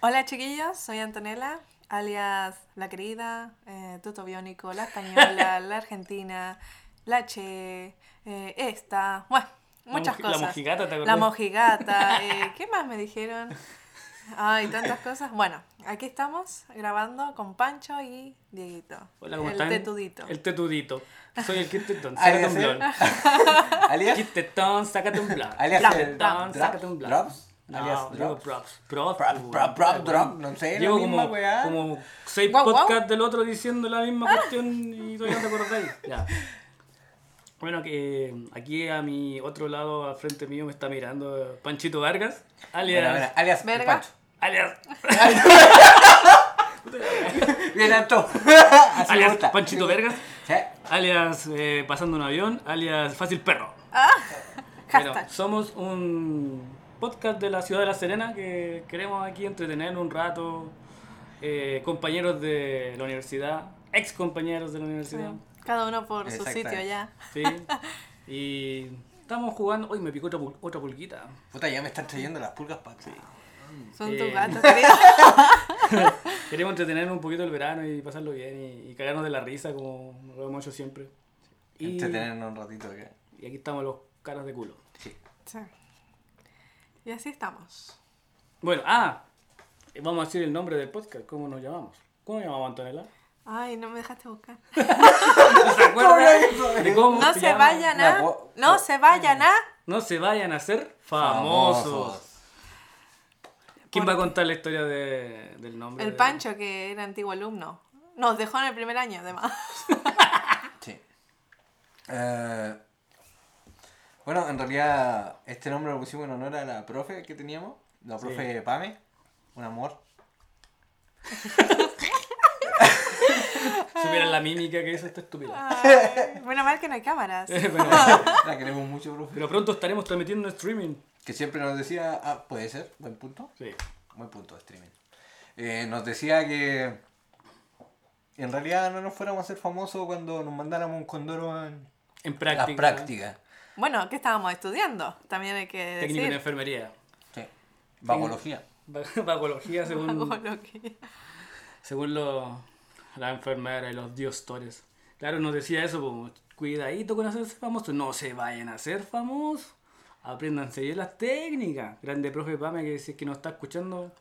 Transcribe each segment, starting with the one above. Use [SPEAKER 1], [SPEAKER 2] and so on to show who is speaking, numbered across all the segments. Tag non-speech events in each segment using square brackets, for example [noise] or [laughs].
[SPEAKER 1] Hola chiquillos, soy Antonella, alias la querida, eh, Tuto Biónico, la
[SPEAKER 2] [laughs]
[SPEAKER 1] española, la argentina, la che, eh, esta, bueno, muchas
[SPEAKER 2] moji- la
[SPEAKER 1] cosas.
[SPEAKER 2] mojigata, ¿te
[SPEAKER 1] La
[SPEAKER 2] acordás?
[SPEAKER 1] mojigata,
[SPEAKER 2] [laughs]
[SPEAKER 1] eh, ¿qué más me dijeron? Ay, tantas cosas. Bueno, aquí estamos grabando con Pancho y Dieguito.
[SPEAKER 2] Hola, ¿cómo
[SPEAKER 1] el
[SPEAKER 2] están?
[SPEAKER 1] tetudito.
[SPEAKER 2] El tetudito. Soy el Kid
[SPEAKER 3] [laughs]
[SPEAKER 2] Tetón,
[SPEAKER 3] Hay
[SPEAKER 2] sácate un
[SPEAKER 3] que hacer-
[SPEAKER 2] blon.
[SPEAKER 3] [laughs] Alias,
[SPEAKER 2] Kid Tetón, sácate un blon.
[SPEAKER 3] alias
[SPEAKER 1] Drop,
[SPEAKER 3] el
[SPEAKER 2] Tetón,
[SPEAKER 3] drop,
[SPEAKER 2] sácate un blon.
[SPEAKER 3] drops,
[SPEAKER 2] No,
[SPEAKER 3] alias
[SPEAKER 2] digo
[SPEAKER 3] drops,
[SPEAKER 2] props. Props. eh,
[SPEAKER 3] prop, prop, prop, drop, no sé, la
[SPEAKER 2] Llevo
[SPEAKER 3] misma
[SPEAKER 2] como,
[SPEAKER 3] weá.
[SPEAKER 2] como seis
[SPEAKER 1] Guau, guau. Ah.
[SPEAKER 2] podcasts del otro diciendo la misma cuestión y todavía no te acordáis.
[SPEAKER 1] [laughs]
[SPEAKER 2] Ya. Bueno, que eh, aquí a mi otro lado, al frente mío, me está mirando Panchito Vargas, alias...
[SPEAKER 3] Mira, mira, alias el
[SPEAKER 1] Verga.
[SPEAKER 3] Pancho. [laughs]
[SPEAKER 2] Alias,
[SPEAKER 3] Bien
[SPEAKER 2] [laughs]
[SPEAKER 3] alto. Así me
[SPEAKER 2] alias
[SPEAKER 3] gusta.
[SPEAKER 2] Panchito Vargas,
[SPEAKER 3] Sí.
[SPEAKER 2] alias eh, Pasando un avión, alias Fácil Perro. Bueno,
[SPEAKER 1] Hashtag.
[SPEAKER 2] somos un podcast de la ciudad de La Serena que queremos aquí entretener un rato. eh, compañeros de la universidad, ex compañeros de la universidad.
[SPEAKER 1] Cada uno por su
[SPEAKER 3] Exactamente.
[SPEAKER 1] sitio ya.
[SPEAKER 2] Sí. Y estamos jugando. Uy, me picó otra, pul- otra pulguita.
[SPEAKER 3] Puta, ya me están trayendo las pulgas para acá.
[SPEAKER 1] Son
[SPEAKER 2] Eh,
[SPEAKER 1] tus gatos, querido. [laughs]
[SPEAKER 2] Queremos entretener un poquito el verano y pasarlo bien y, y cagarnos de la risa como lo hemos hecho siempre. Y,
[SPEAKER 3] Entretenernos un ratito acá.
[SPEAKER 2] y aquí estamos los caras de culo.
[SPEAKER 3] Sí.
[SPEAKER 1] Sí. Y así estamos.
[SPEAKER 2] Bueno, ah, vamos a decir el nombre del podcast, ¿cómo nos llamamos? ¿Cómo nos llamamos, Antonella?
[SPEAKER 1] Ay, no me dejaste buscar.
[SPEAKER 2] ¿Se acuerdan de cómo
[SPEAKER 1] No
[SPEAKER 2] se
[SPEAKER 1] se
[SPEAKER 2] llama?
[SPEAKER 1] vayan
[SPEAKER 3] la
[SPEAKER 1] a.
[SPEAKER 3] bo-
[SPEAKER 1] No se vayan ¿ah? a.
[SPEAKER 2] No se vayan a ser famosos. ¿Quién va a contar la historia de- del nombre?
[SPEAKER 1] El
[SPEAKER 2] de-
[SPEAKER 1] Pancho, que era antiguo alumno. Nos dejó en el primer año, además.
[SPEAKER 2] [laughs]
[SPEAKER 3] Sí. Eh, bueno, en realidad este nombre lo pusimos en honor a la profe que teníamos, la profe Pame,
[SPEAKER 2] [laughs]
[SPEAKER 3] un amor.
[SPEAKER 2] Si vieran la mímica que hizo esta
[SPEAKER 1] Ah.
[SPEAKER 2] estúpida.
[SPEAKER 1] Ay, menos mal que no hay cámaras.
[SPEAKER 2] [laughs] Pero,
[SPEAKER 1] [laughs]
[SPEAKER 3] La queremos mucho, profe.
[SPEAKER 2] pero pronto estaremos transmitiendo en streaming.
[SPEAKER 3] Que siempre nos decía, ah, puede ser, buen punto.
[SPEAKER 2] Sí.
[SPEAKER 3] Buen punto de streaming. Eh, nos decía que en realidad no nos fuéramos a hacer famosos cuando nos mandáramos un condoro en
[SPEAKER 2] En
[SPEAKER 3] la
[SPEAKER 2] práctica.
[SPEAKER 3] práctica.
[SPEAKER 1] Bueno, ¿qué estábamos estudiando? También hay que
[SPEAKER 2] Técnico en
[SPEAKER 1] decir.
[SPEAKER 2] enfermería.
[SPEAKER 3] Sí. Vagología.
[SPEAKER 2] [laughs] Vagología
[SPEAKER 1] [laughs] Hago
[SPEAKER 2] según,
[SPEAKER 1] lo que-
[SPEAKER 2] Eh, según lo- la enfermera y los diostores. Claro, nos decía eso, como, cuidadito con hacerse famosos. No se vayan a hacer famosos. Apréndanse bien las técnicas. Grande profe Pame, que si es que nos está escuchando,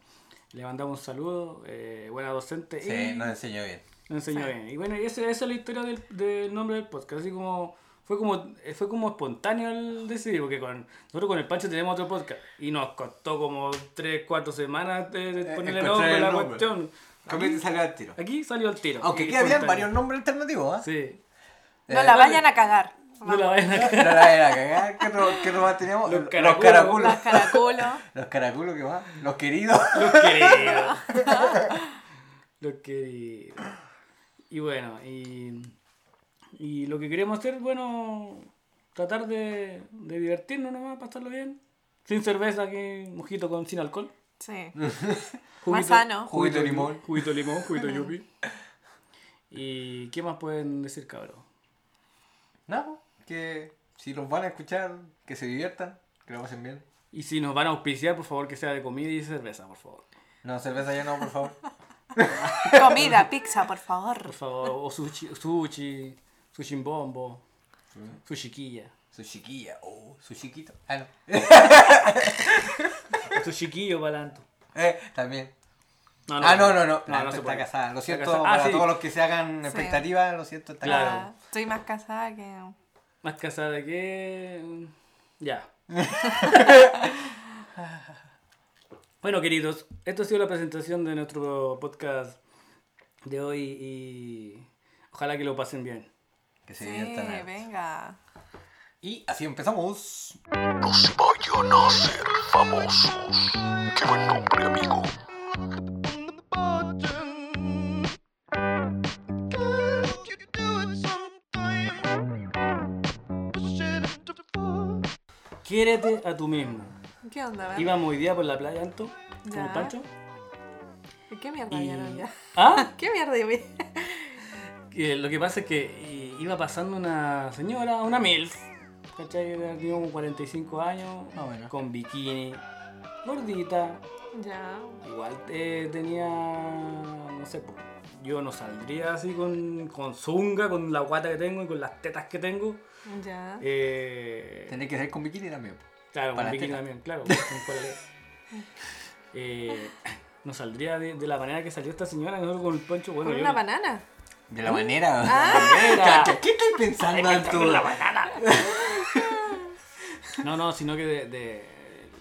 [SPEAKER 2] le mandamos un saludo. Eh, buena docente.
[SPEAKER 3] Sí,
[SPEAKER 2] y-
[SPEAKER 3] nos enseñó bien.
[SPEAKER 2] Lo enseñó bien. Y bueno, y ese- esa es la historia del, del nombre del podcast. Así como fue como eh, fue como espontáneo el decidir, porque con, nosotros con el Pancho tenemos otro podcast y nos costó como 3, 4 semanas de, de
[SPEAKER 3] Eh,
[SPEAKER 2] ponerle
[SPEAKER 3] encontrar
[SPEAKER 2] nombre a
[SPEAKER 3] el
[SPEAKER 2] la
[SPEAKER 3] nombre.
[SPEAKER 2] cuestión.
[SPEAKER 3] Comí te salió al tiro.
[SPEAKER 2] Aquí salió el tiro.
[SPEAKER 3] Aunque
[SPEAKER 2] Y
[SPEAKER 3] aquí habían
[SPEAKER 2] espontáneo.
[SPEAKER 3] varios nombres alternativos, ¿ah?
[SPEAKER 2] Sí.
[SPEAKER 1] No la vayan a cagar.
[SPEAKER 2] No la vayan a
[SPEAKER 3] [laughs] No la era cagar, que no, que no más teníamos.
[SPEAKER 2] Los
[SPEAKER 3] Los
[SPEAKER 2] caraculos.
[SPEAKER 3] caraculos.
[SPEAKER 1] Las caraculos.
[SPEAKER 3] Los caraculos que más. Los [laughs] queridos.
[SPEAKER 2] Los queridos.
[SPEAKER 3] [laughs]
[SPEAKER 2] Los queridos. Y bueno, y, y lo que queremos hacer, bueno, tratar de, de divertirnos nomás, pasarlo bien. Sin cerveza, aquí, mojito con, sin alcohol. [laughs]
[SPEAKER 1] Sí. Más sano.
[SPEAKER 3] Juguito de limón.
[SPEAKER 2] Juguito de limón, juguito de yupi. ¿Y qué más pueden decir, cabrón?
[SPEAKER 3] Nada, po, que si los van a escuchar, que se diviertan, que lo pasen bien.
[SPEAKER 2] Y si nos van a auspiciar, por favor, que sea de comida y cerveza, por favor.
[SPEAKER 3] No, cerveza ya no, por [laughs] favor.
[SPEAKER 1] Comida, pizza, por favor.
[SPEAKER 2] Por favor, o sushi, sushi, sushi en bombo, sushi quilla.
[SPEAKER 3] Su chiquilla, oh, su chiquito. Ah, no.
[SPEAKER 2] Tu chiquillo para adelante.
[SPEAKER 3] Eh, también. ah, no, no, no. no,
[SPEAKER 2] se
[SPEAKER 3] está
[SPEAKER 2] puede.
[SPEAKER 3] casada. Lo
[SPEAKER 2] Está
[SPEAKER 3] siento
[SPEAKER 2] casada. Ah,
[SPEAKER 3] para
[SPEAKER 2] sí,
[SPEAKER 3] todos los que se hagan expectativas, lo siento, está
[SPEAKER 2] Claro.
[SPEAKER 3] casada.
[SPEAKER 1] Ah, Estoy más casada que.
[SPEAKER 2] Más casada que.
[SPEAKER 3] [laughs]
[SPEAKER 2] Ya. bueno, queridos, esto ha sido la presentación de nuestro podcast de hoy y. Ojalá que lo pasen bien.
[SPEAKER 3] Que se
[SPEAKER 1] Sí,
[SPEAKER 3] diviertan. harto.
[SPEAKER 1] venga.
[SPEAKER 3] Y así empezamos.
[SPEAKER 4] No se vayan a ser famosos. Qué buen nombre, amigo.
[SPEAKER 2] Quiérete a tú mismo.
[SPEAKER 1] ¿Qué onda, verdad?
[SPEAKER 2] Íbamos hoy día por la playa, Anto, con el
[SPEAKER 1] Ya.
[SPEAKER 2] Pancho.
[SPEAKER 1] ¿Qué mierda
[SPEAKER 2] Y...
[SPEAKER 1] vieron ya?
[SPEAKER 2] ¿Ah?
[SPEAKER 1] ¿Qué mierda vi?
[SPEAKER 2] Que lo que pasa es que eh, iba pasando una señora, una MILF, ¿cachai? Tenía como 45 años,
[SPEAKER 3] Ah, bueno.
[SPEAKER 2] con bikini, gordita,
[SPEAKER 1] [laughs] Ya.
[SPEAKER 2] Igual eh, tenía, no sé, po, yo no saldría así con, con zunga, con la guata que tengo y con las tetas que tengo.
[SPEAKER 1] Ya.
[SPEAKER 2] Eh,
[SPEAKER 3] Tenés que salir con bikini también. po.
[SPEAKER 2] Claro,
[SPEAKER 3] Para
[SPEAKER 2] con
[SPEAKER 3] las
[SPEAKER 2] bikini
[SPEAKER 3] tetas.
[SPEAKER 2] también, claro. con
[SPEAKER 3] [laughs]
[SPEAKER 2] colores. Eh, no saldría de, de la manera que salió esta señora, nosotros con el poncho. Bueno,
[SPEAKER 1] Con
[SPEAKER 2] yo
[SPEAKER 1] una
[SPEAKER 2] no-
[SPEAKER 1] banana.
[SPEAKER 3] De
[SPEAKER 1] ¿Eh?
[SPEAKER 3] la
[SPEAKER 1] Ah.
[SPEAKER 3] manera.
[SPEAKER 2] Manera.
[SPEAKER 3] Cacha, ¿Qué estás pensando tú?
[SPEAKER 2] pues. [laughs] No, no, sino que de, de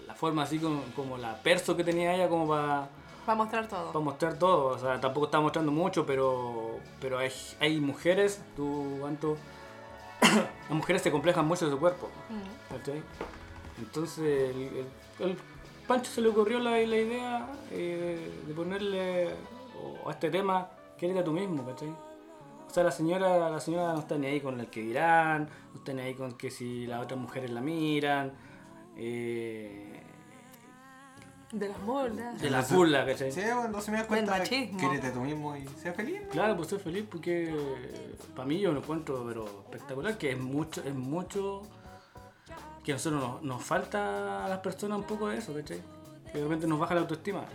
[SPEAKER 2] la forma así como, como la perso que tenía ella, como para
[SPEAKER 1] Va a mostrar todo.
[SPEAKER 2] mostrar todo. O sea, tampoco estaba mostrando mucho, pero, pero hay, hay mujeres, tú, cuánto. [coughs] Las mujeres se complejan mucho de su cuerpo.
[SPEAKER 1] Mm.
[SPEAKER 2] ¿cachai? Entonces, el, el- al Pancho se le ocurrió la, la idea eh, de ponerle o- a este tema, quédate a tú mismo, ¿cachai? O sea, la señora, la señora no está ni ahí con el que dirán, no está ni ahí con que si las otras mujeres la miran, eh,
[SPEAKER 1] De las moldas.
[SPEAKER 2] de la burla, ¿cachai?
[SPEAKER 3] Sí, bueno, no se me da cuenta.
[SPEAKER 1] machismo.
[SPEAKER 3] Quédate tú mismo y sea feliz.
[SPEAKER 2] Claro, pues estoy feliz porque para mí yo lo encuentro pero espectacular, que es mucho, es mucho que a nosotros nos, nos falta a las personas un poco de eso, ¿cachai? Que realmente nos baja la autoestima.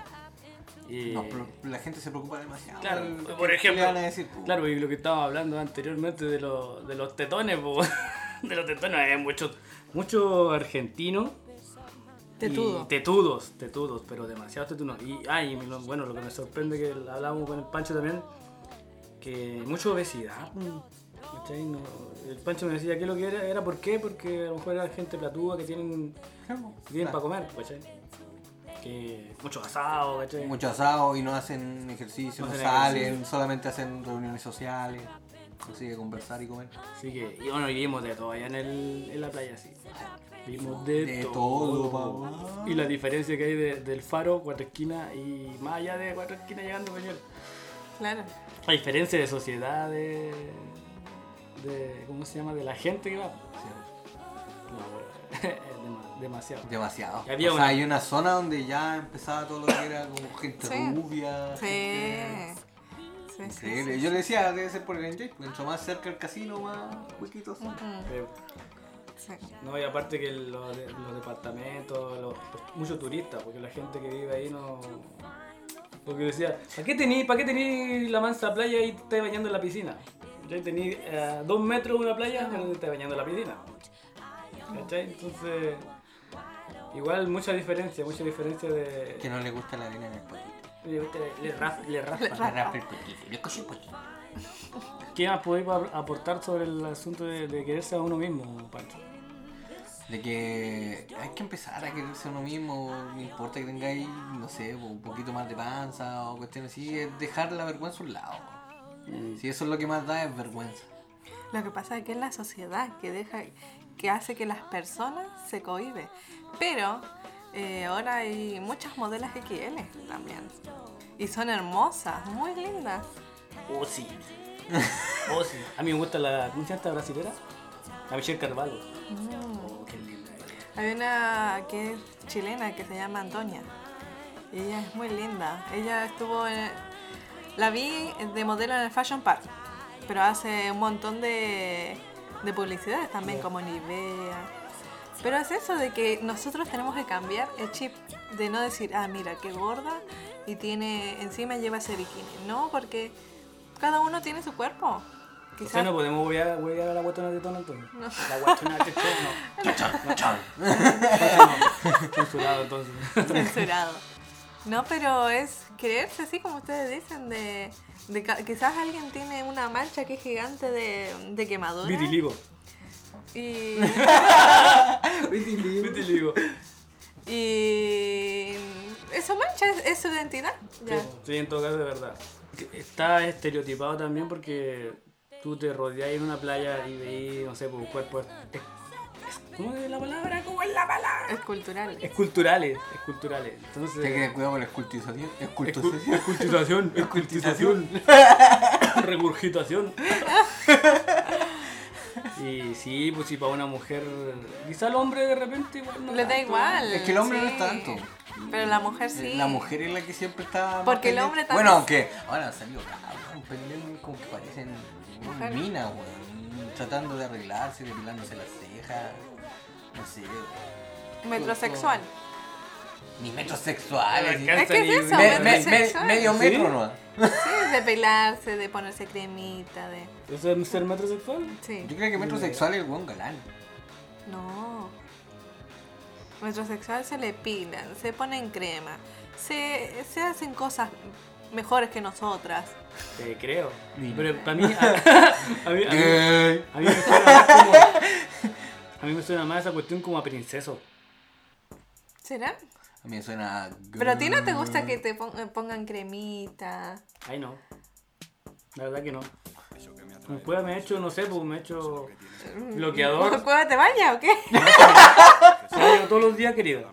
[SPEAKER 2] Y-
[SPEAKER 3] No, pero la gente se preocupa demasiado.
[SPEAKER 2] Claro,
[SPEAKER 3] del-
[SPEAKER 2] por
[SPEAKER 3] ¿qué le
[SPEAKER 2] ejemplo.
[SPEAKER 3] van a decir? po?
[SPEAKER 2] Claro, y lo que estábamos hablando anteriormente de, los- de los tetones, po. [laughs] de los tetones, hay muchos muchos argentinos. y
[SPEAKER 1] Tetudo.
[SPEAKER 2] Tetudos, tetudos, pero demasiados tetudos. Y, ay, lo- bueno, lo que me sorprende que hablamos con el Pancho también, que mucha obesidad. ¿cachai? No, el Pancho me decía que lo que era, era por qué, porque a lo mejor era gente platuda que tienen, que tienen para
[SPEAKER 3] Claro.
[SPEAKER 2] comer, ¿cachai? Que mucho asado, ¿cachai?
[SPEAKER 3] Mucho asado y no hacen ejercicio,
[SPEAKER 2] No
[SPEAKER 3] no,
[SPEAKER 2] hacen
[SPEAKER 3] salen, solamente hacen reuniones sociales. Consigue conversar y comer.
[SPEAKER 2] Así que, y bueno, vivimos de todo allá en, el, en la playa, sí. Vimos de,
[SPEAKER 3] De
[SPEAKER 2] todo.
[SPEAKER 3] todo, papá.
[SPEAKER 2] Y la diferencia que hay de- del faro, cuatro esquinas y más allá de cuatro esquinas llegando, señor.
[SPEAKER 1] Claro.
[SPEAKER 2] La diferencia de sociedad, de, de- ¿Cómo se llama? De la gente que va.
[SPEAKER 3] Sí,
[SPEAKER 2] No, [laughs] es dema- demasiado.
[SPEAKER 3] demasiado.
[SPEAKER 2] Y había
[SPEAKER 3] o sea,
[SPEAKER 2] una-
[SPEAKER 3] hay una zona donde ya empezaba todo lo que era como gente
[SPEAKER 1] Sí.
[SPEAKER 3] rubia.
[SPEAKER 1] Sí.
[SPEAKER 3] gente-
[SPEAKER 1] Sí, sí,
[SPEAKER 3] Increíble. Yo le decía, debe ser por el enjoy, porque entre más cerca el casino, más huequitos son.
[SPEAKER 2] Pero-
[SPEAKER 1] sí.
[SPEAKER 2] No, y aparte que los, de- los departamentos, los, los- muchos turistas, porque la gente que vive ahí no. Porque decía, ¿para qué tení, para qué tení la mansa playa y te estás bañando en la piscina? Ya tení eh, a dos metros una playa y te estás bañando en la piscina. ¿Cachai? Entonces, igual mucha diferencia, mucha diferencia de.
[SPEAKER 3] Que no le gusta la arena en el potito.
[SPEAKER 2] Le, le, ras- le raspa.
[SPEAKER 3] Le raspa el potito, le coge el potito.
[SPEAKER 2] ¿Qué más podéis ap- aportar sobre el asunto de, de quererse a uno mismo, Pancho?
[SPEAKER 3] De que hay que empezar a quererse uno mismo, no importa que tengáis, no sé, po, un poquito más de panza o cuestiones así, es dejar la vergüenza a un lado.
[SPEAKER 2] Mm.
[SPEAKER 3] Si eso es lo que más da, es vergüenza.
[SPEAKER 1] Lo que pasa es que es la sociedad que deja, que hace que las personas se cohiben. Pero eh, ahora hay muchas modelos XL también. Y son hermosas, muy lindas.
[SPEAKER 2] Oh sí. Oh sí. A mí me gusta la. ¿Cómo se llama esta brasilera? La Michelle Carvalho. Oh, qué linda.
[SPEAKER 1] Hay una que es chilena que se llama Antonia. Y ella es muy linda. Ella estuvo en. La vi de modelo en el Fashion Park. Pero hace un montón de, de publicidades también, como Nivea. Pero es eso de que nosotros tenemos que cambiar el chip de no decir, ah, mira, qué gorda y tiene encima lleva ese bikini. No, porque cada uno tiene su cuerpo.
[SPEAKER 2] O sea,
[SPEAKER 1] Quizás
[SPEAKER 2] no podemos huevear huevear a la guatona de Don Antonio. La guatona de [laughs] Don no. Censurado entonces.
[SPEAKER 1] censurado. No, pero es creerse así como ustedes dicen, de, de ca- quizás alguien tiene una mancha que es gigante de, de quemadura.
[SPEAKER 2] Vitiligo.
[SPEAKER 1] Y,
[SPEAKER 2] Vitiligo.
[SPEAKER 1] y eso mancha, es, es su identidad. Ya.
[SPEAKER 2] Sí, Sí, en todo caso, de verdad. Está estereotipado también porque tú te rodeas en una playa y veis, no sé, por cuerpos. es- es- ¿Cómo es la palabra? ¿Cómo es la palabra?
[SPEAKER 1] Es cultural.
[SPEAKER 2] Esculturales, esculturales. Entonces.
[SPEAKER 3] Hay que tener cuidado con la escultización.
[SPEAKER 2] Escul-
[SPEAKER 3] Escultización.
[SPEAKER 2] Escultización, escultización, [coughs] regurgitación. Y sí, pues si para una mujer, quizá el hombre de repente igual no
[SPEAKER 1] Le da
[SPEAKER 2] tanto.
[SPEAKER 1] igual.
[SPEAKER 3] Es que el hombre no
[SPEAKER 1] sí.
[SPEAKER 3] es tanto.
[SPEAKER 1] Pero la mujer sí.
[SPEAKER 3] La mujer es la que siempre está. más
[SPEAKER 1] Porque el
[SPEAKER 3] pendiente.
[SPEAKER 1] hombre también-
[SPEAKER 3] Bueno, aunque ahora han salido cabrón, pendientes como que parecen
[SPEAKER 1] Mujer.
[SPEAKER 3] minas, weón. Tratando de arreglarse, depilándose las cejas. No sé, weón.
[SPEAKER 1] Metrosexual.
[SPEAKER 3] ni metros sexuales. ni-
[SPEAKER 2] Alcanza
[SPEAKER 1] Es que es
[SPEAKER 2] ni-
[SPEAKER 1] eso,
[SPEAKER 3] Me- me-
[SPEAKER 1] metros
[SPEAKER 3] me-
[SPEAKER 1] sexuales.
[SPEAKER 3] medio
[SPEAKER 2] ¿Sí?
[SPEAKER 3] metro nomás.
[SPEAKER 1] Sí, de pelarse, de ponerse cremita, de.
[SPEAKER 2] ¿Eso es ser metrosexual?
[SPEAKER 1] Sí.
[SPEAKER 3] Yo creo que
[SPEAKER 2] Mm.
[SPEAKER 3] metro sexual es el buen galán.
[SPEAKER 1] No. Metrosexual se le pilan, se ponen crema, se, se hacen cosas mejores que nosotras.
[SPEAKER 2] Te creo.
[SPEAKER 3] Dime.
[SPEAKER 2] Pero para [laughs] mí. A, a mí, a mí- a mí me suena más como. A mí me suena más esa cuestión como a princeso.
[SPEAKER 1] ¿Será?
[SPEAKER 3] A mí me suena. a
[SPEAKER 1] Pero a ti no te gusta
[SPEAKER 3] girl.
[SPEAKER 1] que te pon- eh, pongan cremita.
[SPEAKER 2] Ay, no. La verdad que no. Con cueva me he hecho, no sé, pues me he hecho.
[SPEAKER 1] Mm. [laughs]
[SPEAKER 2] Bloqueador.
[SPEAKER 1] ¿Cueva te baña o
[SPEAKER 2] [laughs]
[SPEAKER 1] qué?
[SPEAKER 2] Se lo llevo todos los días, querido.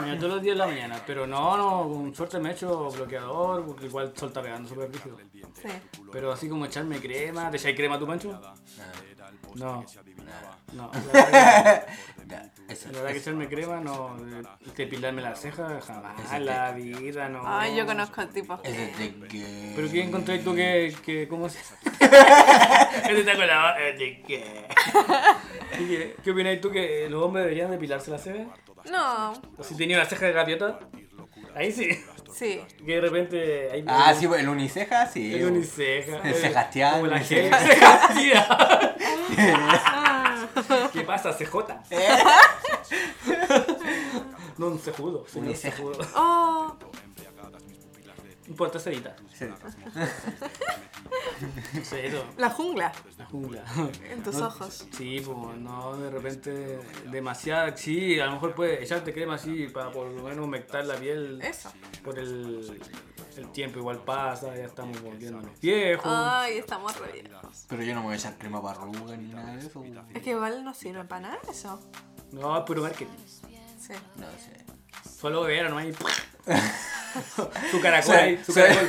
[SPEAKER 2] Me llevo todos los días en la mañana. Pero no, no, con suerte me he hecho bloqueador, porque igual el sol está pegando súper rígido.
[SPEAKER 1] Sí.
[SPEAKER 2] Pero así como echarme crema, ¿te echáis crema a tu pancho? No. No, la verdad
[SPEAKER 3] Ya, eso,
[SPEAKER 2] que- la verdad que
[SPEAKER 3] eso.
[SPEAKER 2] echarme crema, no. este, Depilarme las cejas, jamás. en La vida, no.
[SPEAKER 1] Ay, yo conozco tipos
[SPEAKER 3] Ese es
[SPEAKER 1] que.
[SPEAKER 3] de gay.
[SPEAKER 2] Pero ¿qué encontré tú que, que cómo
[SPEAKER 1] [laughs]
[SPEAKER 2] se Este está con la eh, de qué? ¿Y qué, qué opináis tú que los hombres deberían depilarse las cejas?
[SPEAKER 1] No,
[SPEAKER 2] ¿O Pues si tenía una ceja de gaviota? Ahí sí. [laughs]
[SPEAKER 1] sí.
[SPEAKER 2] Que de repente hay
[SPEAKER 3] Ah, sí, pues, el uniceja, sí.
[SPEAKER 2] hay una ceja.
[SPEAKER 3] El cejastián,
[SPEAKER 2] Como la
[SPEAKER 3] el
[SPEAKER 2] gente.
[SPEAKER 3] ceja-
[SPEAKER 2] Cejastián.
[SPEAKER 1] Ah,
[SPEAKER 2] [laughs] ¿Qué pasa, CJ? Don cejudo, señor
[SPEAKER 3] Uniceja.
[SPEAKER 2] cejudo.
[SPEAKER 1] Oh,
[SPEAKER 2] Importa cerita.
[SPEAKER 1] [laughs]
[SPEAKER 3] Sí.
[SPEAKER 2] Sí, eso.
[SPEAKER 1] la jungla
[SPEAKER 2] La jungla.
[SPEAKER 1] en tus
[SPEAKER 2] No,
[SPEAKER 1] ojos.
[SPEAKER 2] Sí, pues no, de repente demasiada, sí, a lo mejor puedes echarte crema así para por lo menos humectar la piel
[SPEAKER 1] Eso.
[SPEAKER 2] por el, el tiempo, igual pasa, ya estamos volviéndonos viejos.
[SPEAKER 1] Ay, estamos re bien.
[SPEAKER 3] Pero yo no me voy a echar crema para arruga ni nada de eso. No
[SPEAKER 1] Es que igual no sirve para nada eso.
[SPEAKER 2] No, es puro marketing.
[SPEAKER 1] Sí.
[SPEAKER 3] sé.
[SPEAKER 2] Solo ver,
[SPEAKER 3] [laughs]
[SPEAKER 2] no hay... [laughs] su caracol,
[SPEAKER 3] Soy,
[SPEAKER 2] ahí, [laughs] su caracol.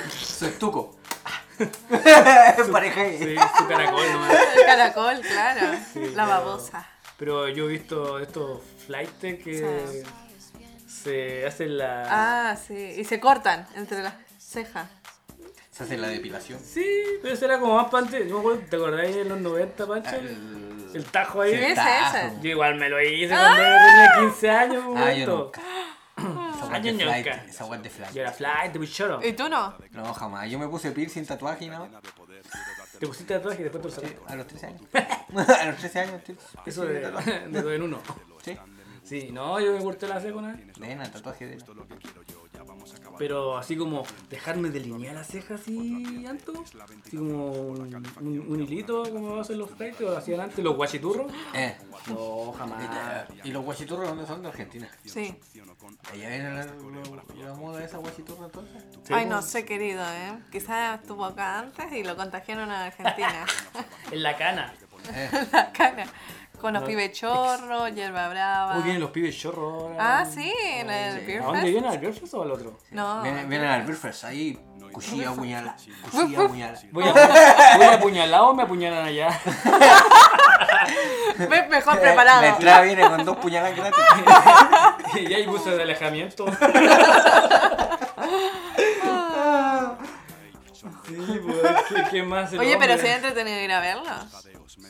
[SPEAKER 3] tuco. Pareja.
[SPEAKER 2] Sí, su caracol nomás.
[SPEAKER 1] [laughs] El caracol, claro. la
[SPEAKER 2] claro.
[SPEAKER 1] babosa.
[SPEAKER 2] Pero yo he visto estos flights que se hacen la...
[SPEAKER 1] Ah, sí. Y se cortan entre las cejas.
[SPEAKER 3] Se hace la depilación.
[SPEAKER 2] Sí, pero eso era como más para antes. Yo me acuerdo, ¿Te acordáis de los 90, Pancho?
[SPEAKER 3] Ah, El-
[SPEAKER 2] Ah, El tajo ahí.
[SPEAKER 1] Sí, ese,
[SPEAKER 3] tajo.
[SPEAKER 1] ese.
[SPEAKER 2] Yo igual me lo hice cuando tenía 15 años,
[SPEAKER 3] Ah, yo
[SPEAKER 2] puto.
[SPEAKER 3] nunca. Esa guante
[SPEAKER 2] yo
[SPEAKER 3] flight,
[SPEAKER 2] nunca.
[SPEAKER 3] Esa guante
[SPEAKER 2] Ah, Yo
[SPEAKER 3] flight.
[SPEAKER 2] era fly, te pichoro.
[SPEAKER 1] ¿Y tú no?
[SPEAKER 3] No, jamás. Yo me puse piercing, tatuaje y nada.
[SPEAKER 2] Te pusiste tatuaje y después te lo sacaste.
[SPEAKER 3] A
[SPEAKER 2] [laughs]
[SPEAKER 3] los 13 años. A los 13 años, tío.
[SPEAKER 2] Eso de, [laughs] de dos en uno.
[SPEAKER 3] Sí.
[SPEAKER 2] Sí, no, yo me corté la ceja una vez.
[SPEAKER 3] Vena, tatuaje de.
[SPEAKER 2] Pero así como dejarme delinear las cejas así, alto. Así como un, un- un hilito, como hacen los flights, o hacían antes los guachiturros.
[SPEAKER 3] Eh. ah,
[SPEAKER 2] No, jamás.
[SPEAKER 3] ¿Y los guachiturros dónde son? De Argentina.
[SPEAKER 1] Sí.
[SPEAKER 3] ¿Allá viene la, la- la moda de esa guachiturra entonces?
[SPEAKER 1] Ay, no sé, querido, ¿eh? Quizás estuvo acá antes y lo contagiaron a Argentina. [laughs]
[SPEAKER 2] En la cana.
[SPEAKER 1] la cana. Con los
[SPEAKER 2] No.
[SPEAKER 1] pibes chorros, hierba brava.
[SPEAKER 2] Uy, vienen los pibes chorros ahora.
[SPEAKER 1] Ah, sí, en el
[SPEAKER 3] Sí.
[SPEAKER 1] Beer
[SPEAKER 2] ¿A dónde
[SPEAKER 1] Fest.
[SPEAKER 2] vienen? ¿Al Girl Fest o al otro?
[SPEAKER 1] No. [laughs]
[SPEAKER 3] Vienen, vienen al Birfest, ahí. Cuchilla,
[SPEAKER 2] [laughs]
[SPEAKER 3] apuñala. Cuchilla, apuñala.
[SPEAKER 2] Voy,
[SPEAKER 1] [laughs]
[SPEAKER 2] a, voy apuñalado o me apuñalan allá.
[SPEAKER 1] Ves mejor [laughs]
[SPEAKER 3] La
[SPEAKER 1] preparado.
[SPEAKER 3] entrada viene con dos
[SPEAKER 1] [laughs]
[SPEAKER 3] puñalas gratis.
[SPEAKER 2] [laughs] y hay buses de alejamiento. [laughs] sí, pues, ¿qué, qué más? el
[SPEAKER 1] Oye, pero
[SPEAKER 2] hombre?
[SPEAKER 1] se ha entretenido ir a verlo.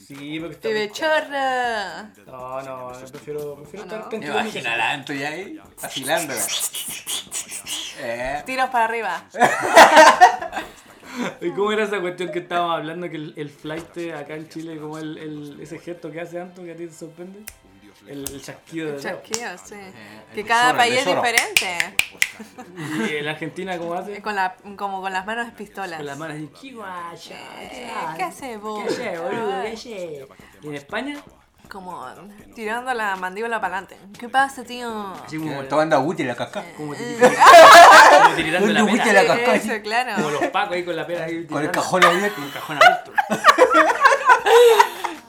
[SPEAKER 2] Sí, porque está-
[SPEAKER 1] Pibe chorra.
[SPEAKER 2] No, no, yo prefiero, prefiero
[SPEAKER 1] ¿O
[SPEAKER 2] estar
[SPEAKER 1] no?
[SPEAKER 2] tranquilo en mi casa.
[SPEAKER 3] Imagina la ya ahí, vacilándola. Eh,
[SPEAKER 1] Tiros para arriba.
[SPEAKER 2] ¿Y cómo era esa cuestión que estábamos hablando? Que el, el flight acá en Chile, como el, el- ese gesto que hace Anto que a ti te sorprende. El, el chasquido de dedo.
[SPEAKER 1] Chasquidos, sí.
[SPEAKER 3] el
[SPEAKER 2] eh,
[SPEAKER 1] Que
[SPEAKER 3] de
[SPEAKER 1] cada
[SPEAKER 3] chorro, el
[SPEAKER 1] país
[SPEAKER 3] de
[SPEAKER 1] es
[SPEAKER 3] chorro.
[SPEAKER 1] diferente.
[SPEAKER 2] Y en Argentina, ¿cómo hace?
[SPEAKER 1] Y Con la, como con las manos pistolas.
[SPEAKER 2] Con las manos así. ¿Qué guaya?
[SPEAKER 1] Eh, ¿Qué hace vos?
[SPEAKER 2] ¿Qué hace, boludo? ¿Qué
[SPEAKER 1] Ay.
[SPEAKER 2] hace? ¿Y en España?
[SPEAKER 1] Como tirando la mandíbula para adelante. ¿Qué pasa, tío?
[SPEAKER 2] Así como,
[SPEAKER 3] Estaba anda útil la caca.
[SPEAKER 2] como tiritando- como tiritando la
[SPEAKER 3] ¿Dónde
[SPEAKER 2] pera.
[SPEAKER 3] fuiste la cascada?
[SPEAKER 1] Eso,
[SPEAKER 2] Como
[SPEAKER 1] claro.
[SPEAKER 2] los pacos ahí con la pera ahí
[SPEAKER 3] Con el
[SPEAKER 2] tirando.
[SPEAKER 3] cajón abierto.
[SPEAKER 2] Con el cajón abierto.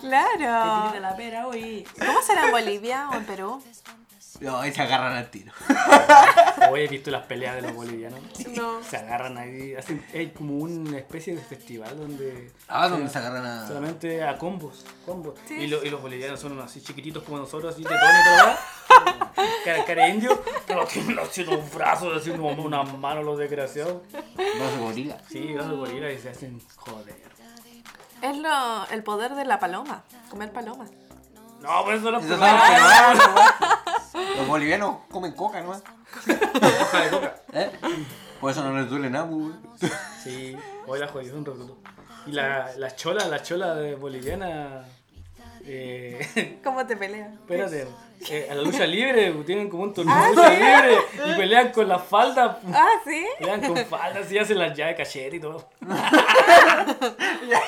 [SPEAKER 1] Claro.
[SPEAKER 2] la pera hoy.
[SPEAKER 1] ¿Cómo será en Bolivia o en Perú?
[SPEAKER 3] No, ahí se agarran al tiro.
[SPEAKER 2] Hoy he visto las peleas de los bolivianos.
[SPEAKER 1] No.
[SPEAKER 2] Se agarran ahí. Hacen, hay como una especie de festival donde
[SPEAKER 3] Ah, ¿dónde se agarran a.?
[SPEAKER 2] solamente a combos. combos.
[SPEAKER 1] Sí.
[SPEAKER 2] Y, lo- y los bolivianos son así chiquititos como nosotros, así tetones y todo lo demás. [laughs] Cara, cara de indio, pero tienen así los brazos, así como unas manos los desgraciados.
[SPEAKER 3] Dos gorilas.
[SPEAKER 2] Sí, los gorilas y se hacen joder.
[SPEAKER 1] Es lo, el poder de la paloma. Comer paloma.
[SPEAKER 2] No, por eso los
[SPEAKER 3] Esos son
[SPEAKER 2] peruanos.
[SPEAKER 3] peruanos, weón. Los bolivianos comen coca, ¿no?
[SPEAKER 2] Hoja de coca.
[SPEAKER 3] ¿Eh? Por eso no les duele
[SPEAKER 1] [laughs]
[SPEAKER 3] nada, pues, güey.
[SPEAKER 2] Sí, hoy la jodí un rotuto. Y la, la chola, la chola de boliviana. Eh, [laughs]
[SPEAKER 1] ¿Cómo te peleas?
[SPEAKER 2] espérate, eh, a la lucha libre tienen como un torneo de lucha libre y pelean con la falda.
[SPEAKER 1] Ah, ¿sí?
[SPEAKER 2] Pelean con faldas y hacen las llaves cachete y todo.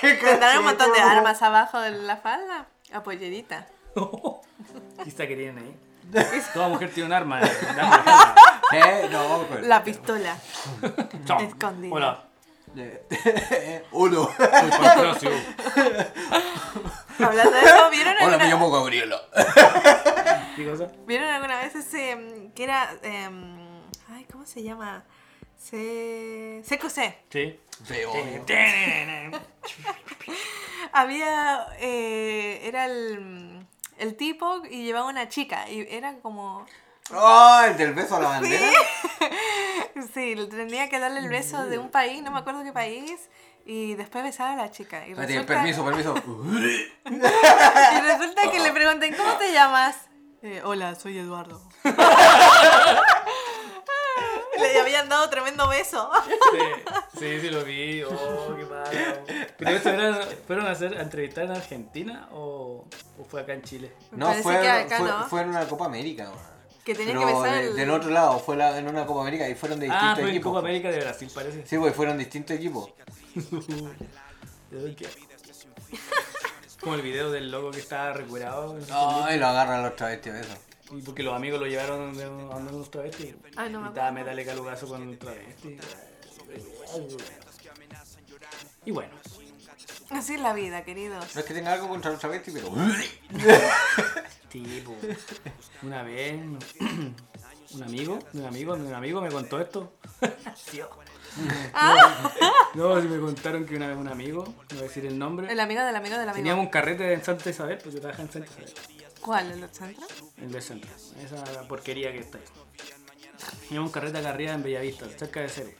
[SPEAKER 1] Tendrán un montón de armas abajo de la falda. A pollerita.
[SPEAKER 2] Quizá que ¿eh? tienen ahí. Toda mujer tiene un arma. eh, dame.
[SPEAKER 3] Eh, no, pues.
[SPEAKER 1] La pistola.
[SPEAKER 3] [laughs]
[SPEAKER 2] Chao.
[SPEAKER 1] Escondida.
[SPEAKER 2] Hola.
[SPEAKER 3] Eh, Uno.
[SPEAKER 2] Soy Patrocio.
[SPEAKER 1] Hablando de eso, ¿vieron
[SPEAKER 3] Hola,
[SPEAKER 1] alguna,
[SPEAKER 3] me llamo Gabriela.
[SPEAKER 2] ¿Qué cosa?
[SPEAKER 1] ¿vieron alguna vez ese mm, que era. em, ay, ¿cómo se llama? Se. CQC.
[SPEAKER 2] Sí.
[SPEAKER 3] Sí, obvio.
[SPEAKER 1] Había. eh, era el. mm, El tipo y llevaba una chica. Y era como.
[SPEAKER 3] Oh, el del beso a la bandera.
[SPEAKER 1] Sí, le tenía que darle el beso de un país, no me acuerdo qué país. Y después besaba a la chica. [laughs] Y
[SPEAKER 3] Espérate,
[SPEAKER 1] resulta,
[SPEAKER 3] permiso, pues. permiso.
[SPEAKER 1] y resulta que le preguntan, ¿cómo te llamas? Eh, hola, soy Eduardo. [laughs] le habían dado tremendo beso.
[SPEAKER 2] Sí, sí, sí lo vi. Oh, qué malo. ¿Pero esto era- fueron a, hacer, a entrevistar en Argentina o, o fue acá en Chile?
[SPEAKER 1] Me
[SPEAKER 3] No,
[SPEAKER 1] parece
[SPEAKER 3] fue,
[SPEAKER 1] que acá
[SPEAKER 3] fue,
[SPEAKER 1] no.
[SPEAKER 3] fue en una Copa América. weón.
[SPEAKER 1] Que tenía
[SPEAKER 3] Pero
[SPEAKER 1] que besar
[SPEAKER 3] de-
[SPEAKER 1] el-
[SPEAKER 3] del otro lado, fue la- en una Copa América y fueron de distintos
[SPEAKER 2] Ah, fue en
[SPEAKER 3] equipos.
[SPEAKER 2] Copa América de Brasil, [laughs] parece.
[SPEAKER 3] Sí, güey, fueron distintos equipos.
[SPEAKER 2] Como el video del loco que estaba recurado.
[SPEAKER 3] No, y lo agarran los travestis a besos.
[SPEAKER 2] Y porque los amigos lo llevaron de- a donde unos travestis.
[SPEAKER 1] Ay, Ah, no me
[SPEAKER 2] y estaba metálica lugazo con un travesti. Y bueno,
[SPEAKER 1] Así es la vida, queridos.
[SPEAKER 3] No es que tenga algo contra los travestis, pero.
[SPEAKER 2] tipo, una vez [clears throat] un amigo, un amigo, un amigo me contó esto. [laughs] Tío.
[SPEAKER 1] Ah.
[SPEAKER 2] [laughs] No, no, si me contaron que una vez un amigo, no voy a decir el nombre,
[SPEAKER 1] El amigo del amigo del amigo.
[SPEAKER 2] teníamos un carrete en Santa Isabel, porque yo trabajaba en Santa Isabel.
[SPEAKER 1] ¿Cuál? ¿El del centro?
[SPEAKER 2] El del centro. Esa porquería que está ahí. Teníamos carreta acá arriba en Bellavista, cerca de Cero.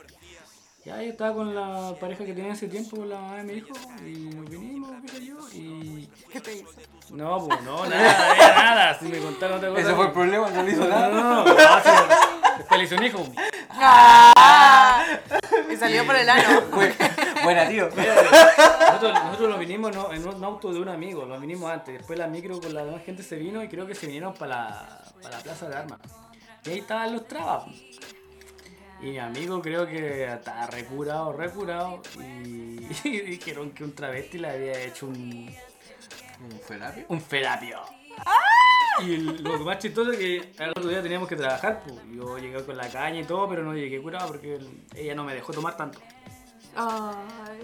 [SPEAKER 2] Ya yo estaba con la pareja que tenía ese tiempo, la mamá de mi hijo, y nos vinimos, qué sé yo, y...
[SPEAKER 1] ¿Qué te hizo?
[SPEAKER 2] No, pues no, nada, eh, nada, si me contaron otra cosa...
[SPEAKER 3] Ese fue el problema, no le
[SPEAKER 2] no,
[SPEAKER 3] hizo
[SPEAKER 2] no,
[SPEAKER 3] nada.
[SPEAKER 2] no, no, no, sí, después le hice un hijo.
[SPEAKER 1] Ah. [laughs] Y salió por el ano.
[SPEAKER 3] [laughs] Fue-
[SPEAKER 2] [laughs]
[SPEAKER 3] Buena, tío.
[SPEAKER 2] Nosotros, nosotros nos vinimos no, en un auto de un amigo, nos vinimos antes. Después la micro con la demás gente se vino y creo que se vinieron para la, para la plaza de armas. Y ahí estaban los trabas. Y mi amigo creo que estaba recurado, recurado. Y, [laughs] y dijeron que un travesti le había hecho un,
[SPEAKER 3] ¿Fue labio?
[SPEAKER 2] un felapio. Y el- lo más chistoso es que al otro día teníamos que trabajar. pues. Yo llegué con la caña y todo, pero no llegué curado porque el- ella no me dejó tomar tanto.
[SPEAKER 1] Ay.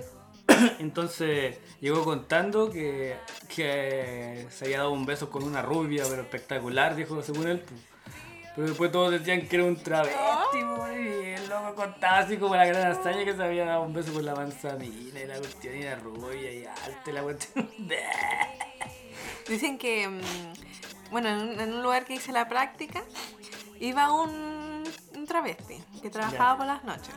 [SPEAKER 2] Entonces llegó contando que, que se había dado un beso con una rubia, pero espectacular, dijo según él. pues. Pero después todos decían que era un travesti, pues, y el loco contaba así como la gran hazaña que se había dado un beso con la manzanilla y la cuestión y la rubia y alta y la cuestión. [laughs]
[SPEAKER 1] Dicen que, mm, bueno, en un, en un lugar que hice la práctica, iba un, un travesti que trabajaba
[SPEAKER 2] Ya.
[SPEAKER 1] por las noches.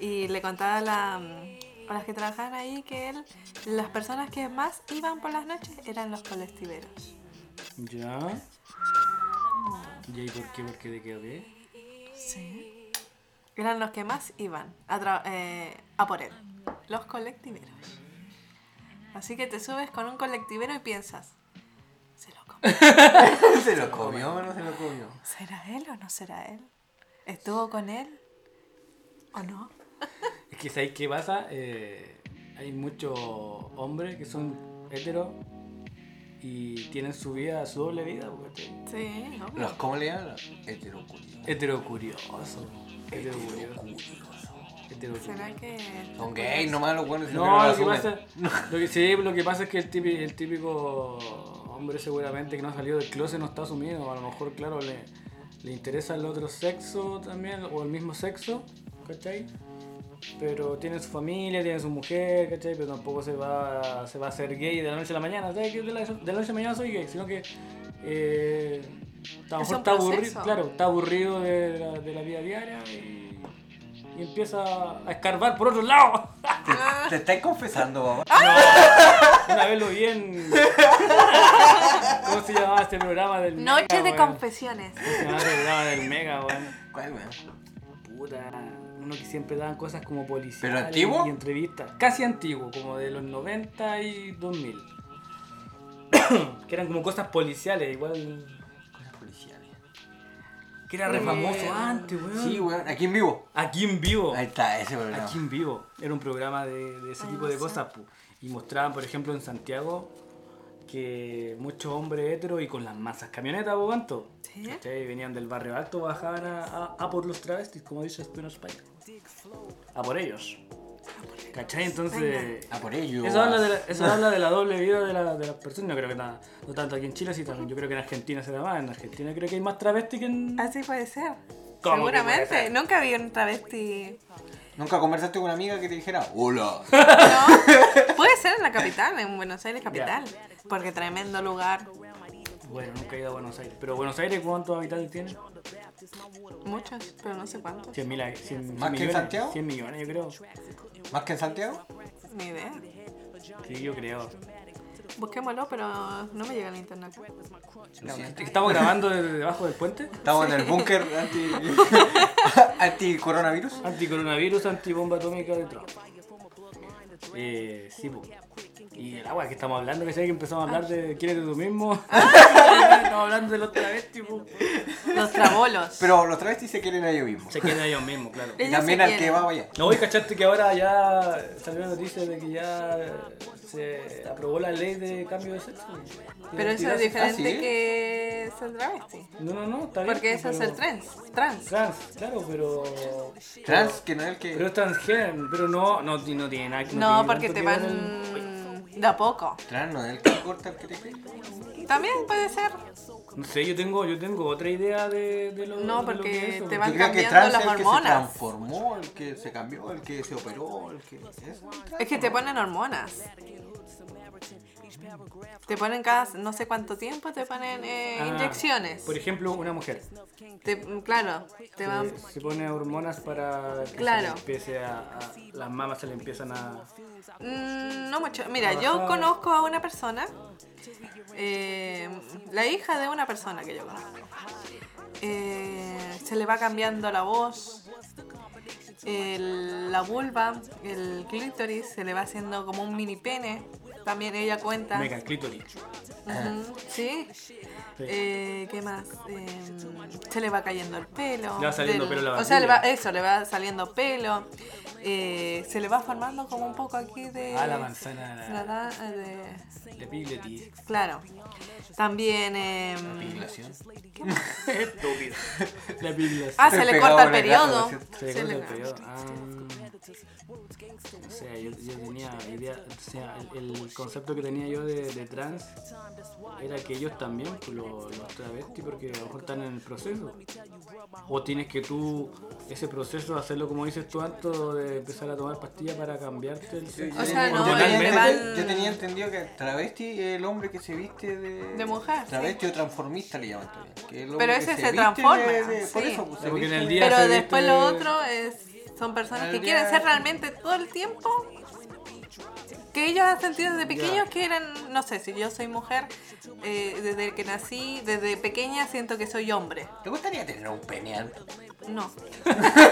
[SPEAKER 1] Y le contaba a, la, mm, a las que trabajaban ahí que él, las personas que más iban por las noches eran los colectiveros.
[SPEAKER 2] ¿Ya? ¿Y ahí por qué? ¿Por qué de qué? ¿De
[SPEAKER 1] Sí. Eran los que más iban a, tra- eh, a por él. Los colectiveros. Así que te subes con un colectivero y piensas, ¿se lo comió?
[SPEAKER 3] ¿Se lo comió o no se lo comió?
[SPEAKER 1] ¿Será él o no será él? ¿Estuvo con él o no?
[SPEAKER 2] Es que ¿sabes qué pasa? Eh, hay muchos hombres que son heteros y tienen su vida, su doble vida, porque
[SPEAKER 1] Sí, no.
[SPEAKER 3] ¿Los cómo le llaman? Este Heterocurioso.
[SPEAKER 2] heterocurioso. Heterocurioso. heterocurioso.
[SPEAKER 1] ¿Será que.?
[SPEAKER 3] Son gays nomás los buenos.
[SPEAKER 2] No, lo que, pasa, lo, que, sí, lo que pasa es que el típico, el típico hombre seguramente que no ha salido del closet no está asumido. A lo mejor, claro, le, le interesa el otro sexo también, o el mismo sexo, ¿cachai? Pero tiene su familia, tiene su mujer, ¿cachai? Pero tampoco se va, se va a hacer gay de la noche a la mañana. ¿Sabes que de la, de la noche a la mañana soy gay? Sino que... eh, a lo
[SPEAKER 1] Es
[SPEAKER 2] mejor
[SPEAKER 1] un
[SPEAKER 2] está aburrido,
[SPEAKER 1] proceso.
[SPEAKER 2] claro, está aburrido de la, de la vida diaria y, y empieza a escarbar por otro lado.
[SPEAKER 3] Te estáis confesando, papá.
[SPEAKER 2] Una vez lo vi en. ¿Cómo se llamaba este programa del Mega?
[SPEAKER 1] Noche de
[SPEAKER 2] weón?
[SPEAKER 1] confesiones.
[SPEAKER 2] ¿Cómo se llamaba este programa del Mega, weón?
[SPEAKER 3] ¿Cuál, weón?
[SPEAKER 2] Puta, uno que siempre daban cosas como policía.
[SPEAKER 3] ¿Pero antiguo?
[SPEAKER 2] Y entrevistas. Casi antiguo, como de los 90 y 2000. [coughs] que eran como cosas policiales, igual.
[SPEAKER 3] Cosas policiales.
[SPEAKER 2] Que era re famoso antes, weón.
[SPEAKER 3] Sí, weón, aquí en vivo.
[SPEAKER 2] Aquí en vivo.
[SPEAKER 3] Ahí está, ese programa.
[SPEAKER 2] Mm. Aquí en vivo. Era un programa de, de ese tipo de cosas. pu. Y mostraban, por ejemplo, en Santiago que muchos hombres heteros y con las masas camionetas, po, ¿cuánto?
[SPEAKER 1] Sí.
[SPEAKER 2] ¿Cachai? Venían del barrio alto, bajaban a, a- a por los travestis, como dice Spino Spider. A por ellos. ¿Cachai? Entonces.
[SPEAKER 3] Ah, por ello.
[SPEAKER 2] Eso habla, de la, eso habla de la doble vida de, la- de las personas. No creo que nada. No tanto aquí en Chile, sí, también. Yo creo que en Argentina será más. En Argentina creo que hay más travestis que en.
[SPEAKER 1] Así puede ser.
[SPEAKER 2] ¿Cómo que
[SPEAKER 1] Seguramente.
[SPEAKER 2] puede ser?
[SPEAKER 1] Nunca vi un
[SPEAKER 2] [laughs]
[SPEAKER 1] travesti.
[SPEAKER 3] ¿Nunca conversaste con una amiga que te dijera, hola?
[SPEAKER 1] No. puede ser en la capital, en Buenos Aires capital. Porque tremendo lugar.
[SPEAKER 2] Bueno, nunca he ido a Buenos Aires. Pero Buenos Aires, ¿cuántos habitantes tiene?
[SPEAKER 1] Muchos, pero no sé cuántos.
[SPEAKER 2] 100 mil, 100,
[SPEAKER 3] ¿Más que en
[SPEAKER 2] millones,
[SPEAKER 3] Santiago?
[SPEAKER 2] 100 millones, yo creo.
[SPEAKER 3] ¿Más que en Santiago?
[SPEAKER 1] Ni idea.
[SPEAKER 2] Sí, yo creo.
[SPEAKER 1] Busquémoslo, pero no me llega el internet.
[SPEAKER 3] Lo siento.
[SPEAKER 2] ¿Estamos grabando desde debajo del puente?
[SPEAKER 3] Estamos en el búnker anti... [laughs] anti-coronavirus.
[SPEAKER 2] Anticoronavirus, antibomba atómica de Trump. Eh, sí, po. Y el agua que estamos hablando, que sé que empezamos a hablar de quién eres tú
[SPEAKER 1] [laughs]
[SPEAKER 2] mismo. estamos hablando de los travestis, po.
[SPEAKER 1] [laughs] Los trabolos.
[SPEAKER 3] Pero los travestis se quieren a ellos mismos.
[SPEAKER 2] Se quedan ellos mismos, claro.
[SPEAKER 3] Y
[SPEAKER 1] Ellos
[SPEAKER 3] también
[SPEAKER 1] se
[SPEAKER 3] al que
[SPEAKER 1] quieren.
[SPEAKER 3] va allá.
[SPEAKER 2] No, voy cachaste que ahora ya salió la noticia de que ya se aprobó la ley de cambio de sexo.
[SPEAKER 1] Pero eso
[SPEAKER 2] Identidad
[SPEAKER 1] es
[SPEAKER 2] sexual.
[SPEAKER 1] diferente
[SPEAKER 3] Ah, ¿sí?
[SPEAKER 1] que ser travesti.
[SPEAKER 2] No, no, no, está bien.
[SPEAKER 1] Porque eso es
[SPEAKER 2] pero-
[SPEAKER 1] el trans. Trans.
[SPEAKER 2] Trans, claro, pero.
[SPEAKER 3] Trans, que no es el
[SPEAKER 2] Pero
[SPEAKER 3] que...
[SPEAKER 2] es transgénero, pero no, no, ti- no tiene nada que
[SPEAKER 1] No,
[SPEAKER 2] tiene
[SPEAKER 1] porque
[SPEAKER 2] tanto
[SPEAKER 1] te
[SPEAKER 2] que ver el-
[SPEAKER 1] van de a poco.
[SPEAKER 3] Trans no es el que corta el que te quiere.
[SPEAKER 1] También puede ser.
[SPEAKER 2] No sé, yo tengo, yo tengo otra idea de, de lo
[SPEAKER 1] No,
[SPEAKER 2] de lo que
[SPEAKER 1] porque
[SPEAKER 2] es eso.
[SPEAKER 1] te van-
[SPEAKER 3] Yo creo que
[SPEAKER 1] cambiando
[SPEAKER 3] trans
[SPEAKER 1] las
[SPEAKER 3] es el que se
[SPEAKER 1] hormonas.
[SPEAKER 3] transformó, el que se cambió, el que se operó, el que... ¿es trans?
[SPEAKER 1] Es que te ponen hormonas. Te ponen cada no sé cuánto tiempo, te ponen eh,
[SPEAKER 2] Ah,
[SPEAKER 1] inyecciones.
[SPEAKER 2] Por ejemplo, una mujer
[SPEAKER 1] Te- claro, te van.
[SPEAKER 2] se, se pone hormonas para que se
[SPEAKER 1] Claro.
[SPEAKER 2] le empiece a, a- las mamas se le empiezan a
[SPEAKER 1] Mm, no mucho. Mira,
[SPEAKER 2] Ajá.
[SPEAKER 1] yo conozco a una persona, eh, la hija de una persona que yo conozco. Eh, se le va cambiando la voz, el- la vulva, el clítoris, se le va haciendo como un mini pene. También ella cuenta.
[SPEAKER 2] mega clítoris.
[SPEAKER 1] Ujú, sí. Eh, ¿Qué más? Eh, se le va cayendo el pelo.
[SPEAKER 2] Le va saliendo pelo a la
[SPEAKER 1] O sea, le va,
[SPEAKER 2] barriga.
[SPEAKER 1] eso, le va saliendo pelo. Eh, se le va formando como un poco aquí de.
[SPEAKER 2] Ah, la manzana, la-
[SPEAKER 1] la da- de-
[SPEAKER 2] La epigletis.
[SPEAKER 1] Eh, claro. También. eh,
[SPEAKER 3] Depilación.
[SPEAKER 2] Estúpido. [laughs] La epigletis.
[SPEAKER 1] ah, se le
[SPEAKER 3] Pegado
[SPEAKER 1] corta el
[SPEAKER 3] en el gato,
[SPEAKER 1] periodo.
[SPEAKER 3] ¿no es cierto?
[SPEAKER 2] Se le corta
[SPEAKER 1] le-
[SPEAKER 2] el periodo. Ah. O sea, yo, yo tenía idea, o sea, el, el concepto que tenía yo de, de trans era que ellos también, pues, los, los travestis, porque a lo mejor están en el proceso. O tienes que tú, ese proceso, hacerlo como dices tú antes, de empezar a tomar pastillas para cambiarte el sexo.
[SPEAKER 1] O sea, no,
[SPEAKER 3] yo, tenía
[SPEAKER 1] le
[SPEAKER 2] hormonalmente.
[SPEAKER 1] van-
[SPEAKER 3] entendido- yo tenía entendido que travesti es el hombre que se viste de...
[SPEAKER 1] De mujer,
[SPEAKER 3] Travesti o transformista le llaman también. que es el hombre
[SPEAKER 1] Pero
[SPEAKER 3] que
[SPEAKER 1] ese se
[SPEAKER 3] viste
[SPEAKER 1] transforma,
[SPEAKER 3] de- de- Por
[SPEAKER 1] sí.
[SPEAKER 3] eso, pues, se
[SPEAKER 2] Porque en
[SPEAKER 3] viste
[SPEAKER 2] el
[SPEAKER 3] de-
[SPEAKER 2] día se
[SPEAKER 1] Pero
[SPEAKER 2] viste-
[SPEAKER 1] después lo otro es, son personas
[SPEAKER 3] Al
[SPEAKER 1] que
[SPEAKER 3] día-
[SPEAKER 1] quieren ser realmente todo el tiempo. Que ellos han sentido desde pequeños que eran, no sé, si yo soy mujer, eh, desde que nací, desde pequeña siento que soy hombre.
[SPEAKER 3] ¿Te gustaría tener un pene alto? [laughs]
[SPEAKER 1] No, [laughs]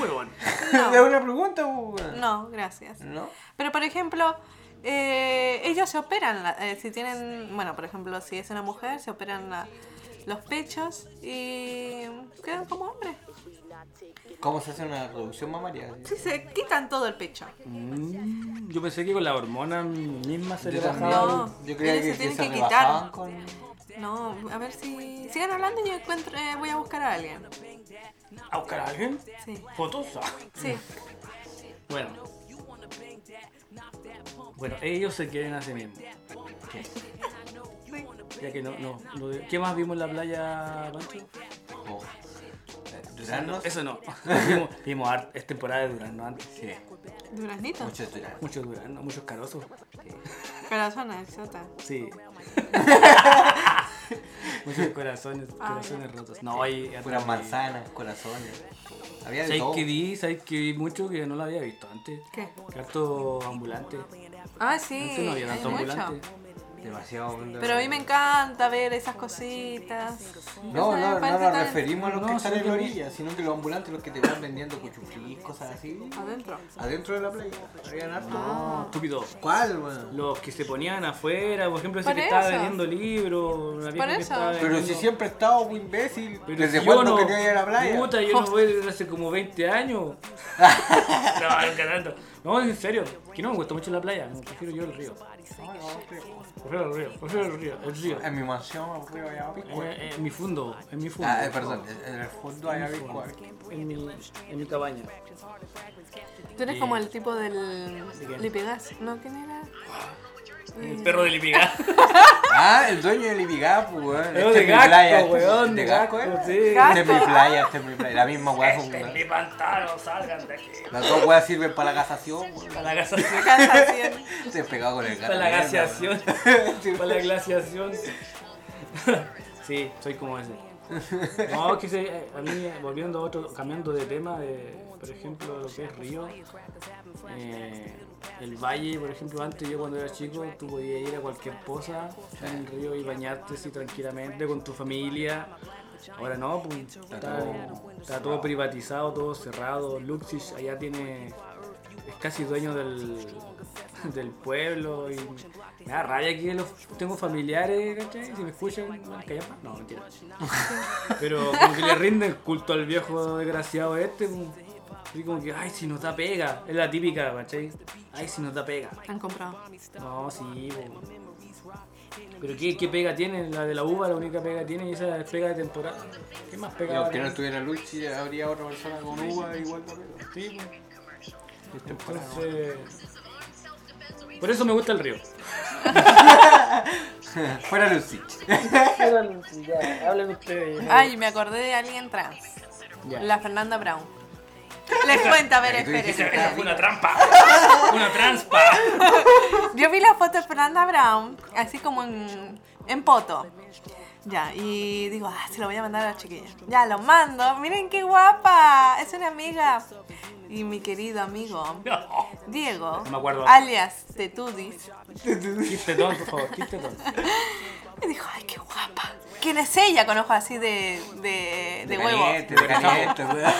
[SPEAKER 2] Huevón.
[SPEAKER 3] Es una pregunta, pues, weón.
[SPEAKER 1] no, gracias.
[SPEAKER 3] ¿No?
[SPEAKER 1] Pero por ejemplo, eh, ellos se operan, la- eh, si tienen, bueno, por ejemplo, si es una mujer, se operan la- los pechos y quedan como hombres.
[SPEAKER 3] ¿Cómo se hace una reducción mamaria?
[SPEAKER 1] Sí, se quitan todo el pecho.
[SPEAKER 2] Mm, Yo pensé que con la hormona misma se le bajaba.
[SPEAKER 1] No,
[SPEAKER 3] yo creía
[SPEAKER 1] ellos se
[SPEAKER 3] que, que
[SPEAKER 1] tienen
[SPEAKER 3] se
[SPEAKER 1] que
[SPEAKER 3] rebajaban con...
[SPEAKER 1] No, a ver si sigan hablando y yo encuentro, eh, voy a buscar a alguien.
[SPEAKER 2] ¿A buscar a alguien?
[SPEAKER 1] Sí,
[SPEAKER 2] ¿Fotos? Ah.
[SPEAKER 1] sí.
[SPEAKER 2] Bueno. Bueno, ellos se quieren a
[SPEAKER 1] [laughs]
[SPEAKER 2] sí mismos. Ya que no, no, no- ¿Qué más vimos en la playa, Pancho?
[SPEAKER 3] Oh. Duraznos.
[SPEAKER 2] Eso no. [laughs] vimos vimos har- es temporada de durazno antes.
[SPEAKER 3] Sí,
[SPEAKER 1] Duraznito.
[SPEAKER 3] muchos duraznos.
[SPEAKER 2] Muchos
[SPEAKER 1] eh,
[SPEAKER 2] duraznos, muchos carosos.
[SPEAKER 3] [laughs]
[SPEAKER 1] Corazón, sota.
[SPEAKER 2] Sí. Muchos corazones,
[SPEAKER 1] Ah,
[SPEAKER 2] corazones rotos. No, y
[SPEAKER 3] Puras manzanas, corazones. Había de
[SPEAKER 2] ¿Sabes
[SPEAKER 3] todo.
[SPEAKER 2] que vi? ¿Sabes que vi mucho que no lo había visto antes?
[SPEAKER 1] ¿Qué?
[SPEAKER 2] Que harto ambulante.
[SPEAKER 1] Ah, sí,
[SPEAKER 2] Antes no había
[SPEAKER 1] hay
[SPEAKER 2] tanto
[SPEAKER 1] mucho.
[SPEAKER 2] ambulante.
[SPEAKER 3] Demasiado.
[SPEAKER 1] Pero a mí me encanta ver esas cositas.
[SPEAKER 3] No,
[SPEAKER 1] Esa
[SPEAKER 3] no, no
[SPEAKER 1] parte
[SPEAKER 3] nos
[SPEAKER 1] tan-
[SPEAKER 3] referimos a los
[SPEAKER 2] No,
[SPEAKER 3] que están
[SPEAKER 2] sí,
[SPEAKER 3] en la
[SPEAKER 2] que-
[SPEAKER 3] orilla, sino que los ambulantes, los que te van vendiendo cuchuflis, cosas así.
[SPEAKER 1] Adentro.
[SPEAKER 3] Adentro de la playa. Habían harto.
[SPEAKER 2] No, estúpido.
[SPEAKER 3] ¿Cuál, weón?
[SPEAKER 2] Los que se ponían afuera, por ejemplo, ese
[SPEAKER 1] Por
[SPEAKER 2] que estaba
[SPEAKER 1] eso.
[SPEAKER 2] vendiendo libros. una vieja
[SPEAKER 1] Por
[SPEAKER 2] que
[SPEAKER 1] eso.
[SPEAKER 2] estaba
[SPEAKER 3] Pero si
[SPEAKER 2] vendiendo-
[SPEAKER 3] siempre he estado un imbécil.
[SPEAKER 2] Pero
[SPEAKER 3] ¿Desde
[SPEAKER 2] si yo
[SPEAKER 3] cuándo
[SPEAKER 2] no-
[SPEAKER 3] quería ir a la playa?
[SPEAKER 2] Puta, yo no voy desde hace como 20
[SPEAKER 3] [laughs]
[SPEAKER 2] años. no, nunca tanto. No, en serio. Que no me gusta mucho la playa. Prefiero yo el río.
[SPEAKER 3] No, no, creo.
[SPEAKER 2] Prefiero el río. Prefiero el río. El río.
[SPEAKER 3] En mi mansión, arriba allá
[SPEAKER 2] En,
[SPEAKER 3] abajo.
[SPEAKER 2] en mi fondo. En mi fondo.
[SPEAKER 3] Ah, eh, perdón, en el fondo hay abajo.
[SPEAKER 2] En mi, en mi cabaña.
[SPEAKER 1] Tú eres
[SPEAKER 2] Y-
[SPEAKER 1] como el tipo del
[SPEAKER 2] quién?
[SPEAKER 1] Lipigas. ¿No? ¿Quién era?
[SPEAKER 2] El perro de Lipiga.
[SPEAKER 3] [laughs]
[SPEAKER 2] [laughs]
[SPEAKER 3] Ah, el dueño del Ibigá, pues, weón.
[SPEAKER 2] Pero
[SPEAKER 3] Este
[SPEAKER 2] Eh, de
[SPEAKER 3] es mi playa,
[SPEAKER 2] gato,
[SPEAKER 3] este-
[SPEAKER 2] weón.
[SPEAKER 3] De
[SPEAKER 2] De
[SPEAKER 3] Gasco,
[SPEAKER 2] gato,
[SPEAKER 3] eh.
[SPEAKER 2] sí.
[SPEAKER 1] Gasco.
[SPEAKER 3] Este es mi playa, este es mi playa. La misma weá.
[SPEAKER 2] Este es
[SPEAKER 3] weón.
[SPEAKER 2] mi pantano, salgan de aquí.
[SPEAKER 3] Las dos weas sirven para la gasación, weón.
[SPEAKER 2] Para la gaseación.
[SPEAKER 1] Casa 100.
[SPEAKER 3] Se pegado con el gato.
[SPEAKER 2] Para la
[SPEAKER 3] mierda,
[SPEAKER 2] gaseación.
[SPEAKER 3] weón. [laughs] Sí,
[SPEAKER 2] Para la glaciación. [laughs] Sí, soy como ese. No, que se, eh, a mí, eh, volviendo a otro, cambiando de tema, de, por ejemplo, lo que es río, eh, el valle, por ejemplo, antes yo cuando era chico, tú podías ir a cualquier cosa en el río y bañarte así tranquilamente con tu familia. Ahora no, pues, está,
[SPEAKER 3] todo-
[SPEAKER 2] está todo privatizado, todo cerrado. Luxis allá tiene. es casi dueño del, del pueblo y me da rabia que los, tengo familiares, ¿cachai? Si me escuchan, van a callar. No, mentira. Pero como que le rinden culto al viejo desgraciado este. como- así como que, ay, si nos da pega. Es la típica, ¿cachai? Ay, si nos da pega.
[SPEAKER 1] [laughs] Han comprado.
[SPEAKER 2] No, sí, po. Pero ¿qué, qué pega tiene? La de la uva, la única pega tiene y esa es pega de temporada. ¿Qué más pega? va a
[SPEAKER 3] Aunque
[SPEAKER 2] tener?
[SPEAKER 3] no tuviera luz, sí, habría otra persona con uva igual también. Sí,
[SPEAKER 2] Entonces. Por eso me gusta el río.
[SPEAKER 3] pues. [laughs] Fuera Lucy.
[SPEAKER 2] Hablen ustedes.
[SPEAKER 1] Ay, me acordé de alguien trans.
[SPEAKER 2] Ya.
[SPEAKER 1] La Fernanda Brown. Les cuento, a ver,
[SPEAKER 3] Tú dijiste
[SPEAKER 1] esperen.
[SPEAKER 2] Esa fue una trampa. Una trampa.
[SPEAKER 1] Yo vi la foto de Fernanda Brown, así como en, en poto. Ya, y digo, ah, se lo voy a mandar a la chiquilla. Ya, lo mando. Miren qué guapa. Es una amiga. Y mi querido amigo,
[SPEAKER 2] No.
[SPEAKER 1] Diego,
[SPEAKER 2] No me acuerdo.
[SPEAKER 1] alias Tetudis,
[SPEAKER 2] Quiste don, por favor, quiste don.
[SPEAKER 1] me dijo, ay, qué guapa. ¿Quién es ella? Con ojos así de, de, de huevo.
[SPEAKER 3] caliente, de caliente, weón.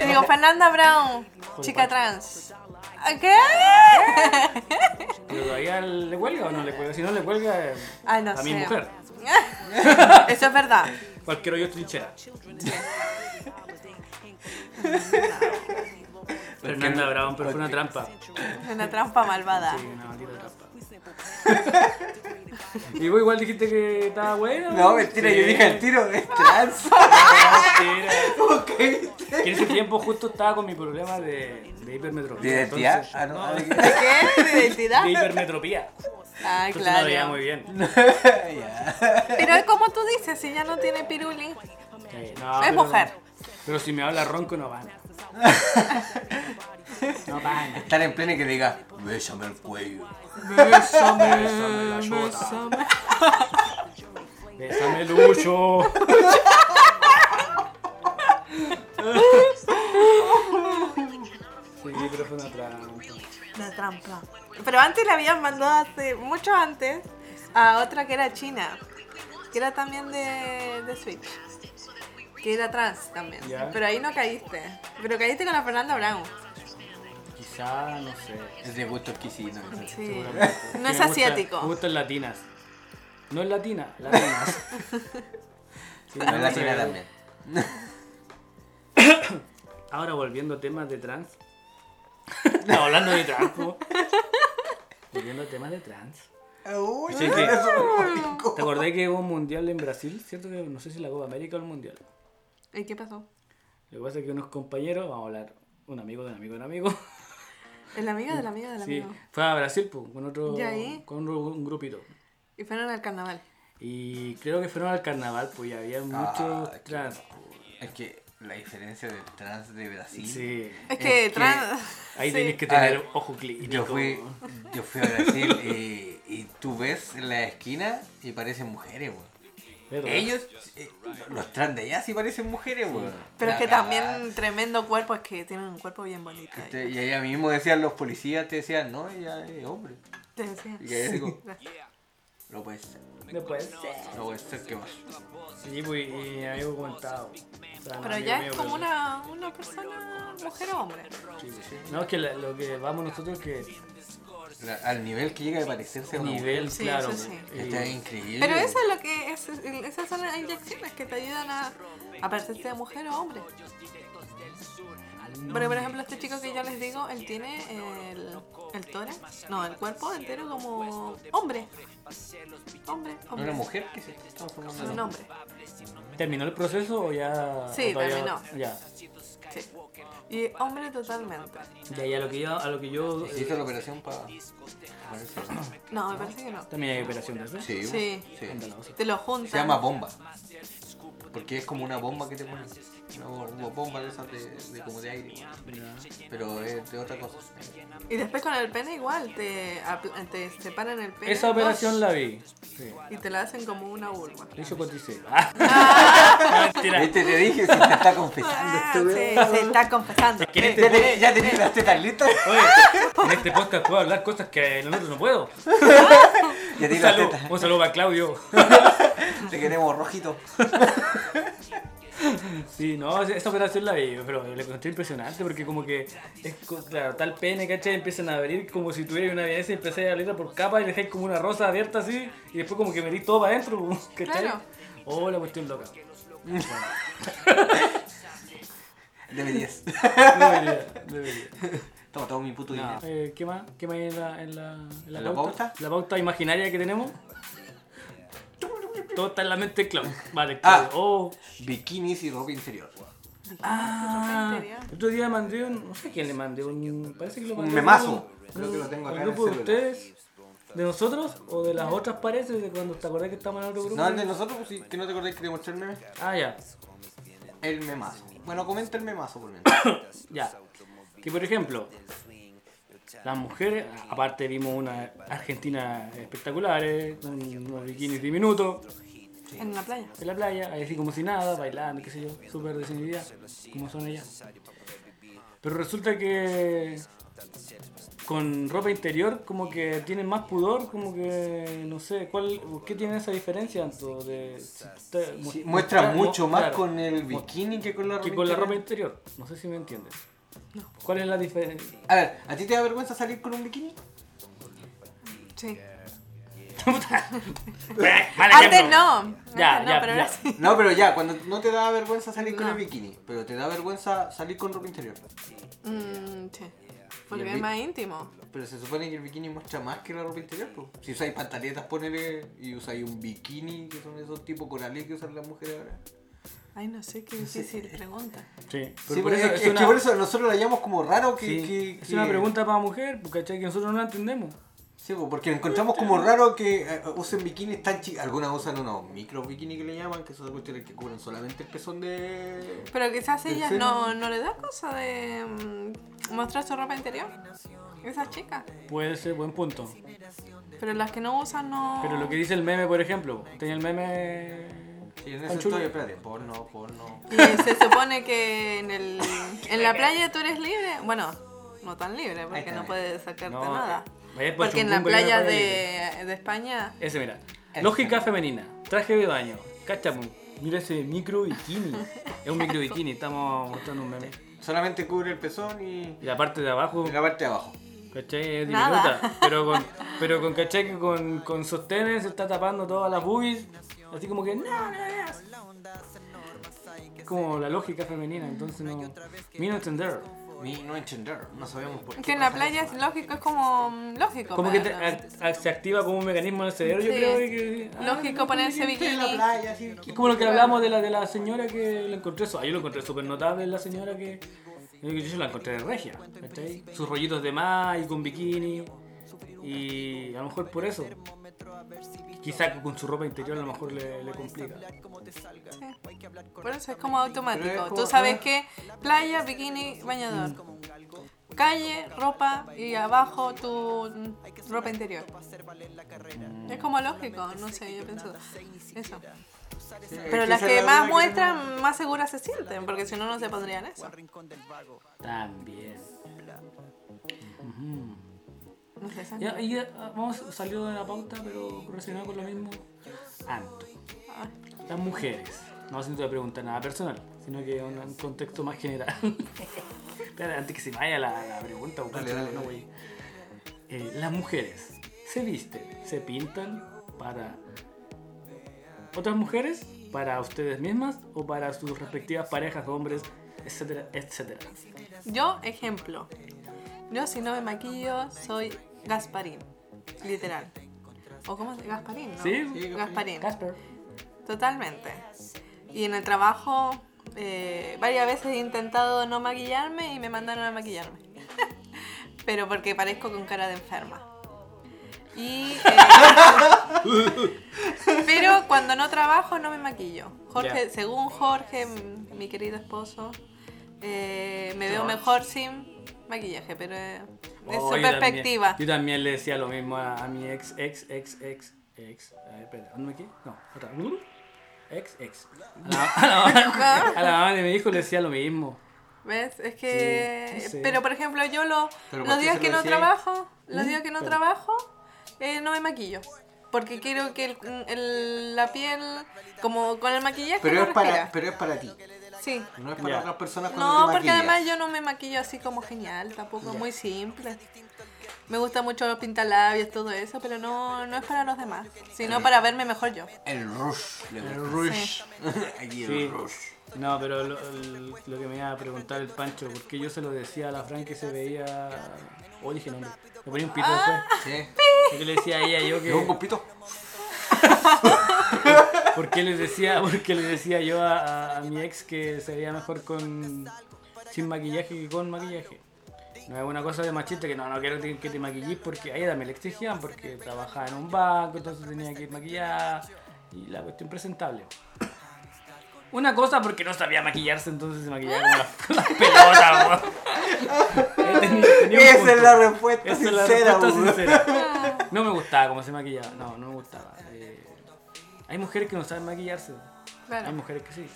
[SPEAKER 1] Y digo, Fernanda Brown, chica trans. ¿A
[SPEAKER 2] [laughs]
[SPEAKER 1] ¿Qué?
[SPEAKER 2] ¿Pero todavía le cuelga o no le cuelga? Si no le cuelga eh,
[SPEAKER 1] Ay, no
[SPEAKER 2] a
[SPEAKER 1] sé.
[SPEAKER 2] mi mujer.
[SPEAKER 1] [laughs] Eso es verdad.
[SPEAKER 2] Cualquier hoyo es
[SPEAKER 3] [laughs]
[SPEAKER 2] trinchera. Fernanda Brown, pero fue una trampa.
[SPEAKER 1] Es una trampa malvada.
[SPEAKER 2] Sí, una maldita trampa. [laughs] y vos igual dijiste que estaba bueno.
[SPEAKER 3] No, mentira, yo
[SPEAKER 2] Sí. [laughs]
[SPEAKER 3] dije el tiro es trans. [laughs]
[SPEAKER 2] Mentira.
[SPEAKER 3] ¿Cómo caíste?
[SPEAKER 2] Que en ese tiempo justo estaba con mi problema de, de hipermetropía.
[SPEAKER 3] ¿De identidad?
[SPEAKER 2] entonces-
[SPEAKER 3] Ah, no. ah,
[SPEAKER 2] de
[SPEAKER 3] de-
[SPEAKER 1] ¿Qué? ¿De identidad?
[SPEAKER 2] hipermetropía.
[SPEAKER 1] Ah,
[SPEAKER 2] Entonces no lo veía muy
[SPEAKER 1] claro.
[SPEAKER 2] bien.
[SPEAKER 3] Ya.
[SPEAKER 1] Pero es como tú dices, si ya no tiene piruli,
[SPEAKER 2] Sí, Eh, no,
[SPEAKER 1] Es
[SPEAKER 2] pero-
[SPEAKER 1] mujer.
[SPEAKER 2] Pero si me habla ronco no
[SPEAKER 3] [laughs]
[SPEAKER 2] van. No van.
[SPEAKER 3] Estar en pleno y que diga, bésame el cuello.
[SPEAKER 2] Bésame, bésame la chota. [laughs] Bésame Lucho. [laughs] Sí, pero fue una trampa.
[SPEAKER 1] la trampa. Pero antes la habían mandado hace mucho antes a otra que era china, que era también de, de Switch, que era trans también.
[SPEAKER 2] Ya.
[SPEAKER 1] Pero ahí no caíste. Pero caíste con la Fernanda Brown.
[SPEAKER 2] Quizá, no sé.
[SPEAKER 3] Es de gusto exquisito. no sé.
[SPEAKER 1] Sí.
[SPEAKER 2] seguramente.
[SPEAKER 1] No es
[SPEAKER 2] Me gusta-
[SPEAKER 1] asiático.
[SPEAKER 2] Me gustan latinas. No es latina, latinas.
[SPEAKER 1] [laughs]
[SPEAKER 2] Sí,
[SPEAKER 3] No es
[SPEAKER 2] no
[SPEAKER 3] la
[SPEAKER 2] sé.
[SPEAKER 3] china también.
[SPEAKER 2] Ahora volviendo a temas de trans. [laughs] No, hablando de trans. po. Volviendo a temas de trans.
[SPEAKER 3] Uy,
[SPEAKER 2] Sí, que-
[SPEAKER 3] eso
[SPEAKER 2] ¿Te acordás que hubo un mundial en Brasil? ¿Cierto? Que no sé si la Copa América o el mundial.
[SPEAKER 1] ¿Y qué pasó?
[SPEAKER 2] Lo que pasa es que unos compañeros, vamos a hablar, un amigo de un amigo de un amigo.
[SPEAKER 1] El amigo del amigo del
[SPEAKER 2] [laughs] Sí,
[SPEAKER 1] amigo.
[SPEAKER 2] fue a Brasil po, con otro,
[SPEAKER 1] ¿Y ahí?
[SPEAKER 2] con un, un grupito.
[SPEAKER 1] Y fueron al carnaval.
[SPEAKER 2] Y creo que fueron al carnaval, pues y había muchos
[SPEAKER 3] Ah, qué
[SPEAKER 2] trans.
[SPEAKER 3] Es que la diferencia del trans de Brasil.
[SPEAKER 2] Sí.
[SPEAKER 1] Es que
[SPEAKER 3] Es que
[SPEAKER 1] trans.
[SPEAKER 2] Ahí
[SPEAKER 1] sí.
[SPEAKER 2] tenés que
[SPEAKER 3] A
[SPEAKER 2] tener
[SPEAKER 3] ver,
[SPEAKER 2] ojo clínico.
[SPEAKER 3] Ah, Yo fui, yo fui a Brasil y, y tú ves en la esquina y parecen mujeres, weón.
[SPEAKER 2] Pero-
[SPEAKER 3] Ellos, eh, los trans de allá sí parecen mujeres, weón.
[SPEAKER 1] Pero es
[SPEAKER 3] La
[SPEAKER 1] que
[SPEAKER 3] cagada.
[SPEAKER 1] también tremendo cuerpo, es que tienen un cuerpo bien bonito. ahí.
[SPEAKER 3] Te- Y allá mismo decían los policías, te decían, no, ella es hombre.
[SPEAKER 1] Te decía.
[SPEAKER 3] Y ahí digo- No puede ser,
[SPEAKER 2] Después.
[SPEAKER 3] no puede ser que más.
[SPEAKER 2] Sí, pues, y mi amigo comentaba. o sea, un
[SPEAKER 1] Pero
[SPEAKER 2] amigo
[SPEAKER 1] ya
[SPEAKER 2] mío,
[SPEAKER 1] es como
[SPEAKER 2] pero-
[SPEAKER 1] una, una persona, mujer o hombre.
[SPEAKER 2] pues, No, es que la- lo que vamos nosotros es que
[SPEAKER 3] La- Al nivel que llega de parecerse a una mujer.
[SPEAKER 2] nivel, eh,
[SPEAKER 1] Sí,
[SPEAKER 2] claro.
[SPEAKER 1] eso sí.
[SPEAKER 2] y-
[SPEAKER 3] Está increíble.
[SPEAKER 1] Pero
[SPEAKER 3] weón.
[SPEAKER 1] eso es lo que es- es- esas son las inyecciones que te ayudan a, a parecerte de mujer o hombre. Pero por ejemplo este chico que yo les digo, él tiene el, el tórax, no, el cuerpo entero como hombre. Hombre,
[SPEAKER 3] ¿No
[SPEAKER 1] hombre.
[SPEAKER 3] era mujer que se está transformando en
[SPEAKER 1] Un
[SPEAKER 3] hombre?
[SPEAKER 1] hombre.
[SPEAKER 2] ¿Terminó el proceso o ya?
[SPEAKER 1] Sí,
[SPEAKER 2] o todavía-
[SPEAKER 1] terminó.
[SPEAKER 2] Ya.
[SPEAKER 1] Sí. Y hombre totalmente.
[SPEAKER 2] Ya, ya, lo que yo, a lo que yo.
[SPEAKER 3] ¿Se
[SPEAKER 2] eh,
[SPEAKER 3] hizo la operación para ponerse?
[SPEAKER 1] No, me parece que no.
[SPEAKER 2] también hay operación de eso.
[SPEAKER 3] Sí,
[SPEAKER 1] Sí.
[SPEAKER 3] weón, sí.
[SPEAKER 1] Te lo juntan.
[SPEAKER 3] Se llama bomba. Porque es como una bomba que te ponen. Una bo- una bomba de esas de, de como de aire. Pero es de otra cosa.
[SPEAKER 1] Y después con el pene igual, te, apl- te separan el pene.
[SPEAKER 2] Esa
[SPEAKER 1] en dos
[SPEAKER 2] operación la vi. Sí.
[SPEAKER 1] Y te la hacen como una vulva.
[SPEAKER 2] Lo hizo Cotice. [laughs] Ah. Mentira.
[SPEAKER 3] Viste, te dije, se te
[SPEAKER 1] [laughs]
[SPEAKER 3] está confesando
[SPEAKER 1] Ah,
[SPEAKER 3] esto,
[SPEAKER 1] sí,
[SPEAKER 3] weón.
[SPEAKER 1] se está confesando.
[SPEAKER 2] Que en este
[SPEAKER 3] Ya tenía- Ya tenías las tetas listas.
[SPEAKER 2] Oye, en este podcast puedo hablar cosas que en el otro no puedo.
[SPEAKER 3] Ya
[SPEAKER 2] Un
[SPEAKER 3] tenías las
[SPEAKER 2] saludo,
[SPEAKER 3] tetas.
[SPEAKER 2] un saludo para Claudio.
[SPEAKER 3] Te queremos rojito.
[SPEAKER 2] Sí, no, esa operación la vi, pero le encontré impresionante porque como que es co- claro, tal pene, ¿cachai? Empiezan a abrir como si tuviera una evidencia y empezáis a abrirla por capa y dejáis como una rosa abierta así y después como que metís todo para adentro, [laughs] ¿cachai?
[SPEAKER 1] Claro.
[SPEAKER 2] Oh, la cuestión loca.
[SPEAKER 3] Deberías.
[SPEAKER 2] Debería, debería.
[SPEAKER 3] Toma todo mi puto dinero.
[SPEAKER 2] Eh, ¿Qué más? ¿Qué más hay en la, en la, en
[SPEAKER 3] ¿En la pauta?
[SPEAKER 2] La pauta imaginaria que
[SPEAKER 3] [laughs]
[SPEAKER 2] tenemos. Todo está en la mente de Claudio. Vale,
[SPEAKER 3] Ah.
[SPEAKER 2] Claudio. Oh,
[SPEAKER 3] Bikinis y ropa interior.
[SPEAKER 2] Ah,
[SPEAKER 1] Ropa interior.
[SPEAKER 2] el otro día mandé un. No sé quién le mandé un. Parece que lo
[SPEAKER 3] Un
[SPEAKER 2] mandé.
[SPEAKER 3] memazo.
[SPEAKER 2] un-
[SPEAKER 3] Creo que lo tengo
[SPEAKER 2] un
[SPEAKER 3] acá en el
[SPEAKER 2] grupo de
[SPEAKER 3] celular.
[SPEAKER 2] ustedes? ¿De nosotros? ¿O de las otras parece? ¿De cuando te acordás que estábamos en otro grupo?
[SPEAKER 3] No, el de nosotros, pues, sí, que no te acordás que te mostré el meme.
[SPEAKER 2] Ah, ya.
[SPEAKER 3] El memazo. Bueno, comenta el memazo por menos.
[SPEAKER 2] Ya. Que por ejemplo, las mujeres, aparte vimos una Argentina espectacular, eh, con unos bikinis diminutos.
[SPEAKER 1] En la playa.
[SPEAKER 2] en la playa, ahí así como si nada, bailando, qué sé yo, súper desinhibida, como son ellas. Pero resulta que con ropa interior como que tienen más pudor, como que no sé, ¿cuál, ¿qué tiene esa diferencia? Anto, de, si te- mu-
[SPEAKER 3] Sí, muestra
[SPEAKER 2] mostrar-
[SPEAKER 3] mucho
[SPEAKER 2] mo-
[SPEAKER 3] más
[SPEAKER 2] claro,
[SPEAKER 3] con el
[SPEAKER 2] mo-
[SPEAKER 3] bikini que con la ropa
[SPEAKER 2] que con la
[SPEAKER 3] interior.
[SPEAKER 2] ropa interior. No sé si me entiendes. ¿Cuál es la
[SPEAKER 1] [laughs]
[SPEAKER 2] diferencia?
[SPEAKER 3] A ver, ¿a ti te da vergüenza salir con un bikini?
[SPEAKER 1] Sí.
[SPEAKER 2] Mal
[SPEAKER 1] Antes
[SPEAKER 2] ejemplo.
[SPEAKER 1] no. Antes
[SPEAKER 2] Ah, Ya,
[SPEAKER 1] no,
[SPEAKER 2] ya,
[SPEAKER 1] pero
[SPEAKER 2] ya.
[SPEAKER 1] ahora sí.
[SPEAKER 3] No, pero ya, cuando no te da vergüenza salir con
[SPEAKER 1] No.
[SPEAKER 3] el bikini, pero te da vergüenza salir con ropa interior.
[SPEAKER 1] Mm, sí.
[SPEAKER 3] Y
[SPEAKER 1] Porque
[SPEAKER 3] el
[SPEAKER 1] es
[SPEAKER 3] vi-
[SPEAKER 1] más íntimo.
[SPEAKER 3] Pero se supone que el bikini muestra más que la ropa interior, po. Si usáis pantaletas, ponele, y usáis un bikini, que son esos tipos corales que usan las mujeres ahora.
[SPEAKER 1] Ay, no sé, qué difícil pregunta.
[SPEAKER 2] Sí, pero
[SPEAKER 3] Sí, pues,
[SPEAKER 2] por
[SPEAKER 3] es,
[SPEAKER 2] eso es
[SPEAKER 3] es
[SPEAKER 2] una-
[SPEAKER 3] que por eso nosotros la llamamos como raro que...
[SPEAKER 2] sí,
[SPEAKER 3] que-
[SPEAKER 2] es
[SPEAKER 3] que-
[SPEAKER 2] una pregunta para mujer, ¿cachai? Que nosotros no la entendemos.
[SPEAKER 3] Sí, po, porque encontramos como raro que eh, usen bikinis tan chicos. Algunas usan unos micro bikini que le llaman, que son cuestiones que cubren solamente el pezón de...
[SPEAKER 1] Pero quizás
[SPEAKER 3] ¿En
[SPEAKER 1] ellas
[SPEAKER 3] serio?
[SPEAKER 1] no, no le da cosa de mm, mostrar su ropa interior. Esas chicas.
[SPEAKER 2] Puede ser buen punto.
[SPEAKER 1] Pero las que no usan no.
[SPEAKER 2] Pero lo que dice el meme, por ejemplo, tenía el meme.
[SPEAKER 3] Sí, en
[SPEAKER 2] Tan
[SPEAKER 3] eso
[SPEAKER 2] chulo.
[SPEAKER 3] estoy, espérate, porno, porno.
[SPEAKER 1] Y se supone que en, el, en la playa tú eres libre. Bueno, no tan libre
[SPEAKER 3] Ahí
[SPEAKER 1] porque
[SPEAKER 3] está,
[SPEAKER 1] no
[SPEAKER 3] mira.
[SPEAKER 1] puedes sacarte
[SPEAKER 2] No, eh,
[SPEAKER 1] nada.
[SPEAKER 2] vaya pa'
[SPEAKER 1] Porque en la
[SPEAKER 2] Chumbungo, yo
[SPEAKER 1] playa
[SPEAKER 2] no puedo
[SPEAKER 1] de, de España.
[SPEAKER 2] Ese, mira.
[SPEAKER 3] Ese.
[SPEAKER 2] Lógica femenina. Traje de baño. Cachamu. Mira ese micro bikini. Es un micro bikini, estamos mostrando un meme.
[SPEAKER 3] Solamente cubre el pezón y
[SPEAKER 2] Y la parte de abajo,
[SPEAKER 3] y la parte de abajo.
[SPEAKER 2] ¿cachai? Es
[SPEAKER 1] Nada.
[SPEAKER 2] diminuta. Pero con, pero con ¿cachai? Que con, con sostenes se está tapando todas las boobies. Así como que. No, no, no. Es Como la lógica femenina, entonces no. Me no entender.
[SPEAKER 3] Ni no entender, no sabemos por qué.
[SPEAKER 1] Que en la
[SPEAKER 3] pasa
[SPEAKER 1] playa es
[SPEAKER 3] eso.
[SPEAKER 1] lógico, es como mm, lógico.
[SPEAKER 2] Como que te- ah,
[SPEAKER 1] pero no.
[SPEAKER 2] a- a- se activa como un mecanismo en el cerebro, yo
[SPEAKER 1] Sí.
[SPEAKER 2] creo que. ah,
[SPEAKER 1] Lógico ponerse
[SPEAKER 3] En la
[SPEAKER 1] bikini.
[SPEAKER 3] playa, sí.
[SPEAKER 2] Es como lo que hablamos de la, de la señora que la encontré, so- ah, yo lo encontré súper notable, la señora que yo, yo la encontré de regia, ¿cachai? Sus rollitos de mar y con bikini, y a lo mejor por eso, quizá con su ropa interior a lo mejor le, le complica.
[SPEAKER 1] Por eso es como automático.
[SPEAKER 3] Pero es como-
[SPEAKER 1] Tú sabes que playa, bikini, bañador. Calle, ropa y abajo tu mm, ropa interior. Es como lógico, no sé, yo pienso eso. Pero las que más muestran, más seguras se sienten, porque si no, no se pondrían eso.
[SPEAKER 2] También. Ujú.
[SPEAKER 1] No sé, esas-
[SPEAKER 2] Ya, y ya, ah, vamos, salió de la pauta, pero relacionado con lo mismo. Anto.
[SPEAKER 1] Ah,
[SPEAKER 2] Las mujeres. No siento de preguntar nada personal, sino que un, un contexto más general. [laughs] Espera, antes que se vaya la, la pregunta, porque
[SPEAKER 3] Dale,
[SPEAKER 2] no,
[SPEAKER 3] dale,
[SPEAKER 2] no,
[SPEAKER 3] dale.
[SPEAKER 2] güey. Eh, las mujeres se visten, se pintan para otras mujeres, para ustedes mismas o para sus respectivas parejas, hombres, etcétera, etcétera.
[SPEAKER 1] Yo, ejemplo. Yo, si no me maquillo, soy Gasparín. Literal. ¿O cómo es? Gasparín, ¿no?
[SPEAKER 2] Sí,
[SPEAKER 3] sí,
[SPEAKER 1] Gasparín.
[SPEAKER 2] Casper.
[SPEAKER 1] Totalmente. Y en el trabajo, eh, varias veces he intentado no maquillarme y me mandaron a maquillarme. [laughs] Pero porque parezco con cara de enferma. Y. eh, pero cuando no trabajo, no me maquillo. Jorge,
[SPEAKER 2] Ya.
[SPEAKER 1] según Jorge, m- mi querido esposo, eh, me veo
[SPEAKER 2] George.
[SPEAKER 1] mejor sin maquillaje, pero eh, es
[SPEAKER 2] Oh,
[SPEAKER 1] su
[SPEAKER 2] yo también-
[SPEAKER 1] perspectiva.
[SPEAKER 2] yo también le decía lo mismo a, a mi ex, ex, ex, ex, ex. A ver, espera, ¿dónde me quedé? No, otra. Ex, ex. A la, a la
[SPEAKER 1] [laughs]
[SPEAKER 2] mamá- a la mamá de mi hijo le decía lo mismo.
[SPEAKER 1] ¿Ves? Es que.
[SPEAKER 2] Sí, sí.
[SPEAKER 1] Pero por ejemplo, yo lo-
[SPEAKER 3] Pero ¿por
[SPEAKER 1] los
[SPEAKER 3] qué
[SPEAKER 1] días
[SPEAKER 3] se
[SPEAKER 1] que
[SPEAKER 3] lo
[SPEAKER 1] no
[SPEAKER 3] decía ¿Mm? ahí?
[SPEAKER 1] trabajo, los días que no
[SPEAKER 2] pero-
[SPEAKER 1] trabajo, eh, no me maquillo. Porque quiero que el- el- la piel, como con el maquillaje,
[SPEAKER 3] Pero
[SPEAKER 1] no
[SPEAKER 3] es, para,
[SPEAKER 1] respira.
[SPEAKER 3] pero es para ti,
[SPEAKER 1] Sí.
[SPEAKER 3] no es para
[SPEAKER 2] Ya.
[SPEAKER 3] otras personas cuando
[SPEAKER 1] No,
[SPEAKER 3] te
[SPEAKER 1] porque
[SPEAKER 3] maquillas.
[SPEAKER 1] además yo no me maquillo así como genial, tampoco, muy simple. Me gusta mucho pintar labios, todo eso, pero no, no es para los demás, sino para verme mejor yo.
[SPEAKER 3] El rush. El rush. [laughs] Aquí el
[SPEAKER 2] Sí.
[SPEAKER 3] rush.
[SPEAKER 2] No, pero lo, el- lo que me iba a preguntar el Pancho, porque yo se lo decía a la Fran que se veía. Oh, dije nombre. Le ponía un pito
[SPEAKER 1] Ah.
[SPEAKER 2] después.
[SPEAKER 3] Sí.
[SPEAKER 2] Yo le decía a ella yo
[SPEAKER 3] ¿Llevo un
[SPEAKER 2] que.
[SPEAKER 3] copito?
[SPEAKER 2] ¿Por qué les decía, por qué le decía yo a, a- a mi ex que se veía mejor con sin maquillaje que con maquillaje? No es una cosa de machista que no, no quiero que, que te maquillís porque a ella me le exigían porque trabajaba en un banco, entonces tenía que ir maquillada y la cuestión presentable. Una cosa porque no sabía maquillarse, entonces se maquillaba con las- con las pelotas. weón. Eh, tenía- tenía un
[SPEAKER 3] [laughs] Esa es
[SPEAKER 2] punto.
[SPEAKER 3] la respuesta
[SPEAKER 2] Esa es la
[SPEAKER 3] sincera,
[SPEAKER 2] respuesta
[SPEAKER 3] weón.
[SPEAKER 2] sincera.
[SPEAKER 1] [laughs]
[SPEAKER 2] No me gustaba cómo se maquillaba. No, no me gustaba. Eh, hay mujeres que no saben maquillarse. Hay
[SPEAKER 1] Claro,
[SPEAKER 2] mujeres que sí.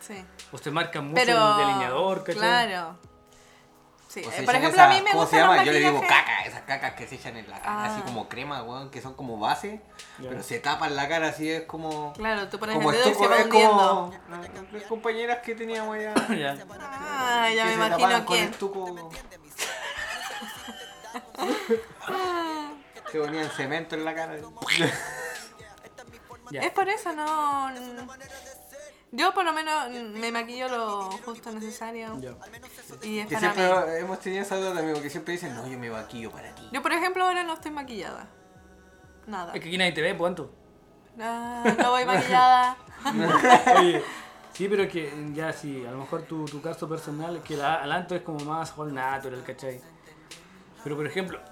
[SPEAKER 1] sí.
[SPEAKER 2] O se marcan mucho
[SPEAKER 1] Pero.
[SPEAKER 2] el delineador, ¿cachai?
[SPEAKER 1] Claro. Sí,
[SPEAKER 3] O
[SPEAKER 1] eh,
[SPEAKER 3] se
[SPEAKER 1] por
[SPEAKER 3] echan
[SPEAKER 1] ejemplo, a mí
[SPEAKER 3] esas-
[SPEAKER 1] me
[SPEAKER 3] ¿Cómo
[SPEAKER 1] gustan
[SPEAKER 3] se llama?
[SPEAKER 1] los
[SPEAKER 3] Yo le digo
[SPEAKER 1] maquillajes-
[SPEAKER 3] caca, esas cacas que se echan en la cara,
[SPEAKER 1] Ah.
[SPEAKER 3] así como crema, weón, que son como base,
[SPEAKER 2] Ya.
[SPEAKER 3] pero se tapan la cara así, es como.
[SPEAKER 1] Claro, tú pones
[SPEAKER 3] Como
[SPEAKER 1] el dedo y
[SPEAKER 3] esto,
[SPEAKER 1] se va
[SPEAKER 3] es como.
[SPEAKER 1] hundiendo.
[SPEAKER 3] Las compañeras que teníamos allá.
[SPEAKER 2] [laughs] Ya.
[SPEAKER 1] Ah, ya
[SPEAKER 3] que
[SPEAKER 1] me
[SPEAKER 3] se tapaban
[SPEAKER 1] imagino
[SPEAKER 3] con
[SPEAKER 1] quién.
[SPEAKER 3] el tuco. [laughs] Se ponían cemento en la cara. [laughs]
[SPEAKER 2] Ya.
[SPEAKER 1] Es por eso, no. Yo por lo menos mm, me maquillo lo justo necesario.
[SPEAKER 2] Ya.
[SPEAKER 1] Y es
[SPEAKER 3] Que
[SPEAKER 1] para mí.
[SPEAKER 3] siempre hemos tenido esa duda, amigo, que siempre dicen, no, yo me vaquillo para ti.
[SPEAKER 1] Yo por ejemplo ahora no estoy maquillada. Nada.
[SPEAKER 2] Es que aquí nadie te ve,
[SPEAKER 1] [laughs]
[SPEAKER 2] pues, ¿cuánto?
[SPEAKER 1] Ah, no voy maquillada.
[SPEAKER 2] Oye, sí, pero es que ya sí, a lo mejor tu, tu caso personal, es que la, Alanto es como más all natural, ¿cachai? Pero por ejemplo, [coughs]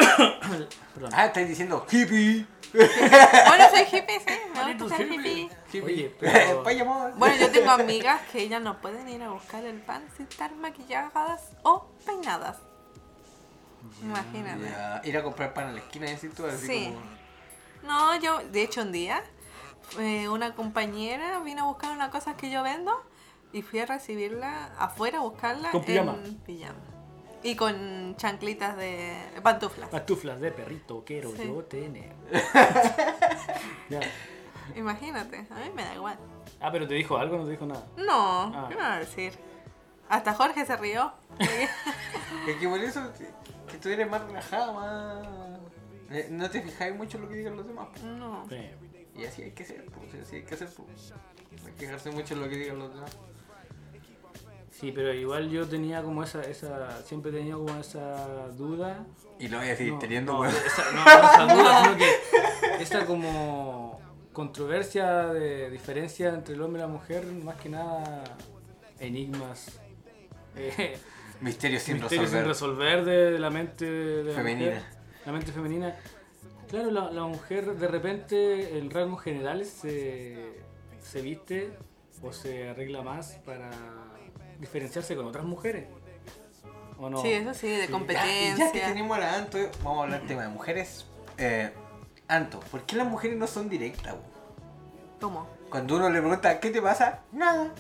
[SPEAKER 2] perdón.
[SPEAKER 3] Ah, estáis diciendo hippie.
[SPEAKER 1] Bueno, soy hippie, sí. Me gusta ser hippie.
[SPEAKER 2] Oye, pero,
[SPEAKER 3] Vaya, amor.
[SPEAKER 1] Bueno,
[SPEAKER 3] [laughs]
[SPEAKER 1] yo tengo amigas que ellas no pueden ir a buscar el pan sin estar maquilladas o peinadas. Imagínate.
[SPEAKER 3] Ya, Ir a comprar pan a la esquina, decir tú, así
[SPEAKER 1] Sí.
[SPEAKER 3] como.
[SPEAKER 1] No, yo, de hecho, un día eh, una compañera vino a buscar unas cosas que yo vendo y fui a recibirla afuera a buscarla
[SPEAKER 2] Con pijama.
[SPEAKER 1] en pijama. Y con chanclitas de pantuflas.
[SPEAKER 3] Ah.
[SPEAKER 2] pantuflas de perrito quiero
[SPEAKER 1] Sí.
[SPEAKER 2] yo tener. Ya.
[SPEAKER 1] Imagínate, a mí me da igual.
[SPEAKER 2] Ah, pero te dijo algo, no te dijo nada.
[SPEAKER 1] No,
[SPEAKER 2] Ah.
[SPEAKER 1] ¿qué me va a decir? Hasta Jorge se
[SPEAKER 3] [laughs]
[SPEAKER 1] rió.
[SPEAKER 3] Es que por eso, que, que tú eres más relajada, más. eh, No te fijáis mucho en lo que digan los demás. po.
[SPEAKER 1] No.
[SPEAKER 2] Sí.
[SPEAKER 3] Y así hay que ser, pues, así hay que ser, pues. No hay que fijarse mucho en lo que digan los demás.
[SPEAKER 2] Sí, pero igual yo tenía como esa, esa siempre he tenido como esa duda.
[SPEAKER 3] Y lo voy a seguir
[SPEAKER 2] No,
[SPEAKER 3] teniendo,
[SPEAKER 2] no,
[SPEAKER 3] weón. [laughs]
[SPEAKER 2] esa, no, no esa duda, sino que esa como controversia de diferencia entre el hombre y la mujer, más que nada enigmas. [laughs] eh,
[SPEAKER 3] Misterios sin
[SPEAKER 2] misterios sin
[SPEAKER 3] resolver.
[SPEAKER 2] resolver de la mente de la
[SPEAKER 3] Femenina.
[SPEAKER 2] mujer, la mente femenina. Claro, la, la mujer de repente en rasgos generales se, se viste o se arregla más para diferenciarse con otras mujeres. ¿O no?
[SPEAKER 1] Sí, eso sí, de
[SPEAKER 3] Ya, y
[SPEAKER 1] competencia.
[SPEAKER 3] ya que tenemos a la Anto, eh, vamos a hablar tema de mujeres. Eh, Anto, ¿por qué las mujeres no son directas, weón?
[SPEAKER 1] ¿Cómo?
[SPEAKER 3] Cuando uno le pregunta, ¿qué te pasa? Nada.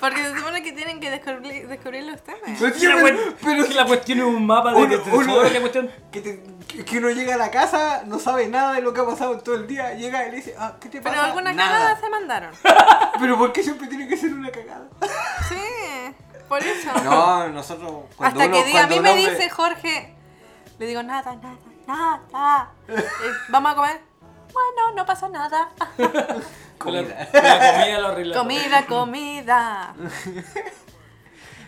[SPEAKER 1] Porque se supone que tienen que descubrir, descubrirlo ustedes.
[SPEAKER 3] Pues Pero,
[SPEAKER 2] Sí, [laughs] la cuest-
[SPEAKER 3] pero
[SPEAKER 2] sí, la cuestión es un mapa de
[SPEAKER 3] uno,
[SPEAKER 2] que te
[SPEAKER 3] uno-
[SPEAKER 2] sobra la cuestión.
[SPEAKER 3] que, te- que- que uno llega a la casa, no sabe nada de lo que ha pasado en todo el día, llega y le dice, ah, ¿qué te pasa?
[SPEAKER 1] Pero alguna cagada
[SPEAKER 3] nada.
[SPEAKER 1] se mandaron.
[SPEAKER 3] Pero ¿por qué siempre tiene que ser una cagada?
[SPEAKER 1] Sí, por eso.
[SPEAKER 3] No, nosotros cuando
[SPEAKER 1] Hasta
[SPEAKER 3] uno,
[SPEAKER 1] que diga, a
[SPEAKER 3] cuando
[SPEAKER 1] mí
[SPEAKER 3] un
[SPEAKER 1] me
[SPEAKER 3] hombre-
[SPEAKER 1] dice Jorge, le digo nada, nada, nada. Eh, ¿Vamos a comer? Bueno, no pasó nada.
[SPEAKER 2] Con La,
[SPEAKER 3] Comida.
[SPEAKER 2] con la comida lo arregla.
[SPEAKER 1] comida, comida.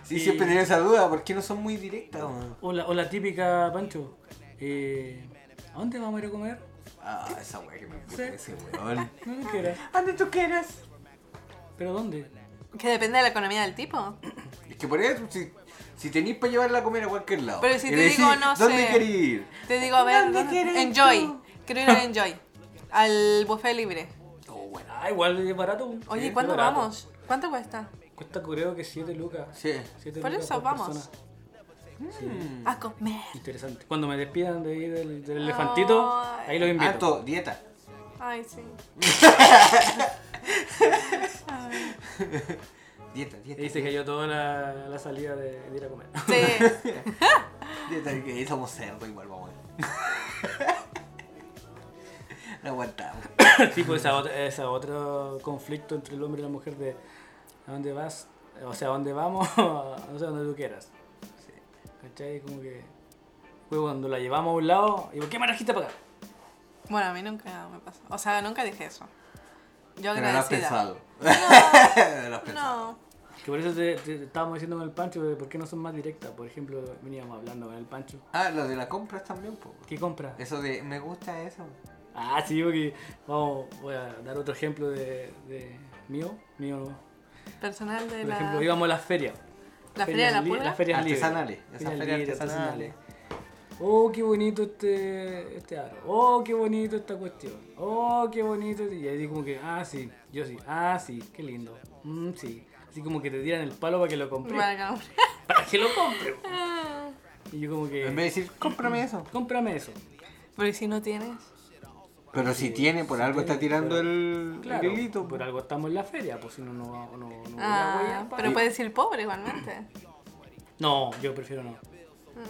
[SPEAKER 3] Sí, siempre tiene esa duda, ¿por qué no son muy directas? weón?
[SPEAKER 2] todo. O la, o la típica, Pancho. eh, ¿A dónde vamos a ir a comer?
[SPEAKER 3] Ah, esa weá que me
[SPEAKER 2] Sí.
[SPEAKER 3] gusta ese weón.
[SPEAKER 2] No no quieras.
[SPEAKER 3] Ande tú quieras.
[SPEAKER 2] ¿Pero dónde?
[SPEAKER 1] Que depende de la economía del tipo.
[SPEAKER 3] Es que por eso, si, si tenéis para llevarla a comer a cualquier lado.
[SPEAKER 1] Pero si
[SPEAKER 3] y
[SPEAKER 1] te
[SPEAKER 3] le
[SPEAKER 1] digo, no
[SPEAKER 3] ¿Dónde
[SPEAKER 1] sé?
[SPEAKER 3] queréis ir?
[SPEAKER 1] Te digo, a ver,
[SPEAKER 3] ¿Dónde
[SPEAKER 1] ¿dónde-
[SPEAKER 3] quieres ir
[SPEAKER 1] Enjoy.
[SPEAKER 3] tú?
[SPEAKER 1] Quiero ir a Enjoy. Al buffet libre.
[SPEAKER 3] Oh, bueno.
[SPEAKER 2] Ah, igual es barato.
[SPEAKER 1] Oye,
[SPEAKER 2] Sí, es
[SPEAKER 1] ¿cuándo
[SPEAKER 2] barato.
[SPEAKER 1] vamos? ¿Cuánto cuesta?
[SPEAKER 2] Cuesta creo que 7 lucas.
[SPEAKER 3] Sí.
[SPEAKER 2] Siete
[SPEAKER 1] Por
[SPEAKER 2] lucas
[SPEAKER 1] eso, vamos. Mm.
[SPEAKER 2] Sí,
[SPEAKER 1] A comer.
[SPEAKER 2] interesante. Cuando me despidan de ahí del, del elefantito, ahí los invito.
[SPEAKER 3] Harto, dieta.
[SPEAKER 1] Ay, sí.
[SPEAKER 3] Dieta, dieta.
[SPEAKER 2] Y dice que yo toda la, la salida de, de ir a comer.
[SPEAKER 1] Sí.
[SPEAKER 3] Dieta, que somos cerdo igual, vamos. [laughs] no aguantamos.
[SPEAKER 2] tipo pues, esa otra, esa otro conflicto entre el hombre y la mujer de a dónde vas, o sea, a dónde vamos, [laughs] o sea, donde tú quieras. ¿Cachai? Como que pues cuando la llevamos a un lado, digo, ¿qué me trajiste para acá?
[SPEAKER 1] Bueno, a mí nunca me pasó. O sea, nunca dije eso. Yo
[SPEAKER 3] Pero lo has
[SPEAKER 1] agradecida.
[SPEAKER 3] pensado. [laughs] No. lo has pensado.
[SPEAKER 1] No.
[SPEAKER 2] Que por eso te, te- te estábamos diciendo con el Pancho, de ¿por qué no son más directas? Por ejemplo, veníamos hablando con el Pancho.
[SPEAKER 3] Ah, lo de las compras también, po.
[SPEAKER 2] ¿Qué compras?
[SPEAKER 3] Eso de, me gusta eso.
[SPEAKER 2] Ah, sí, porque vamos, voy a dar otro ejemplo de, de mío, mío.
[SPEAKER 1] Personal de
[SPEAKER 2] Por
[SPEAKER 1] la,
[SPEAKER 2] ejemplo, íbamos a las ferias.
[SPEAKER 1] la feria de la
[SPEAKER 2] li-
[SPEAKER 1] pulga.
[SPEAKER 2] Las ferias libres.
[SPEAKER 3] Artesanales, esas
[SPEAKER 2] Ferias
[SPEAKER 3] ferias
[SPEAKER 2] libres,
[SPEAKER 3] artesanales.
[SPEAKER 2] Oh, qué bonito este, este aro. Oh, qué bonito esta cuestión. Oh, qué bonito. Y ahí como que, ah, sí, yo sí. Ah, sí, qué lindo. Mm, sí. Así como que te tiran el palo para que lo compre.
[SPEAKER 1] [laughs] Valga.
[SPEAKER 2] Para que lo compre. Y yo como
[SPEAKER 3] En
[SPEAKER 2] que,
[SPEAKER 3] vez de decir, cómprame eso.
[SPEAKER 2] cómprame eso.
[SPEAKER 1] Pero ¿y si no tienes?
[SPEAKER 3] Pero si tiene, por algo está tirando el, pues.
[SPEAKER 2] Claro,
[SPEAKER 3] el hilito. po.
[SPEAKER 2] por algo estamos en la feria, pues si no, no, no, no voy a
[SPEAKER 1] Ah,
[SPEAKER 2] huear,
[SPEAKER 1] pero
[SPEAKER 2] pa.
[SPEAKER 1] puedes ir pobre igualmente.
[SPEAKER 2] No, yo prefiero no.
[SPEAKER 1] Ah.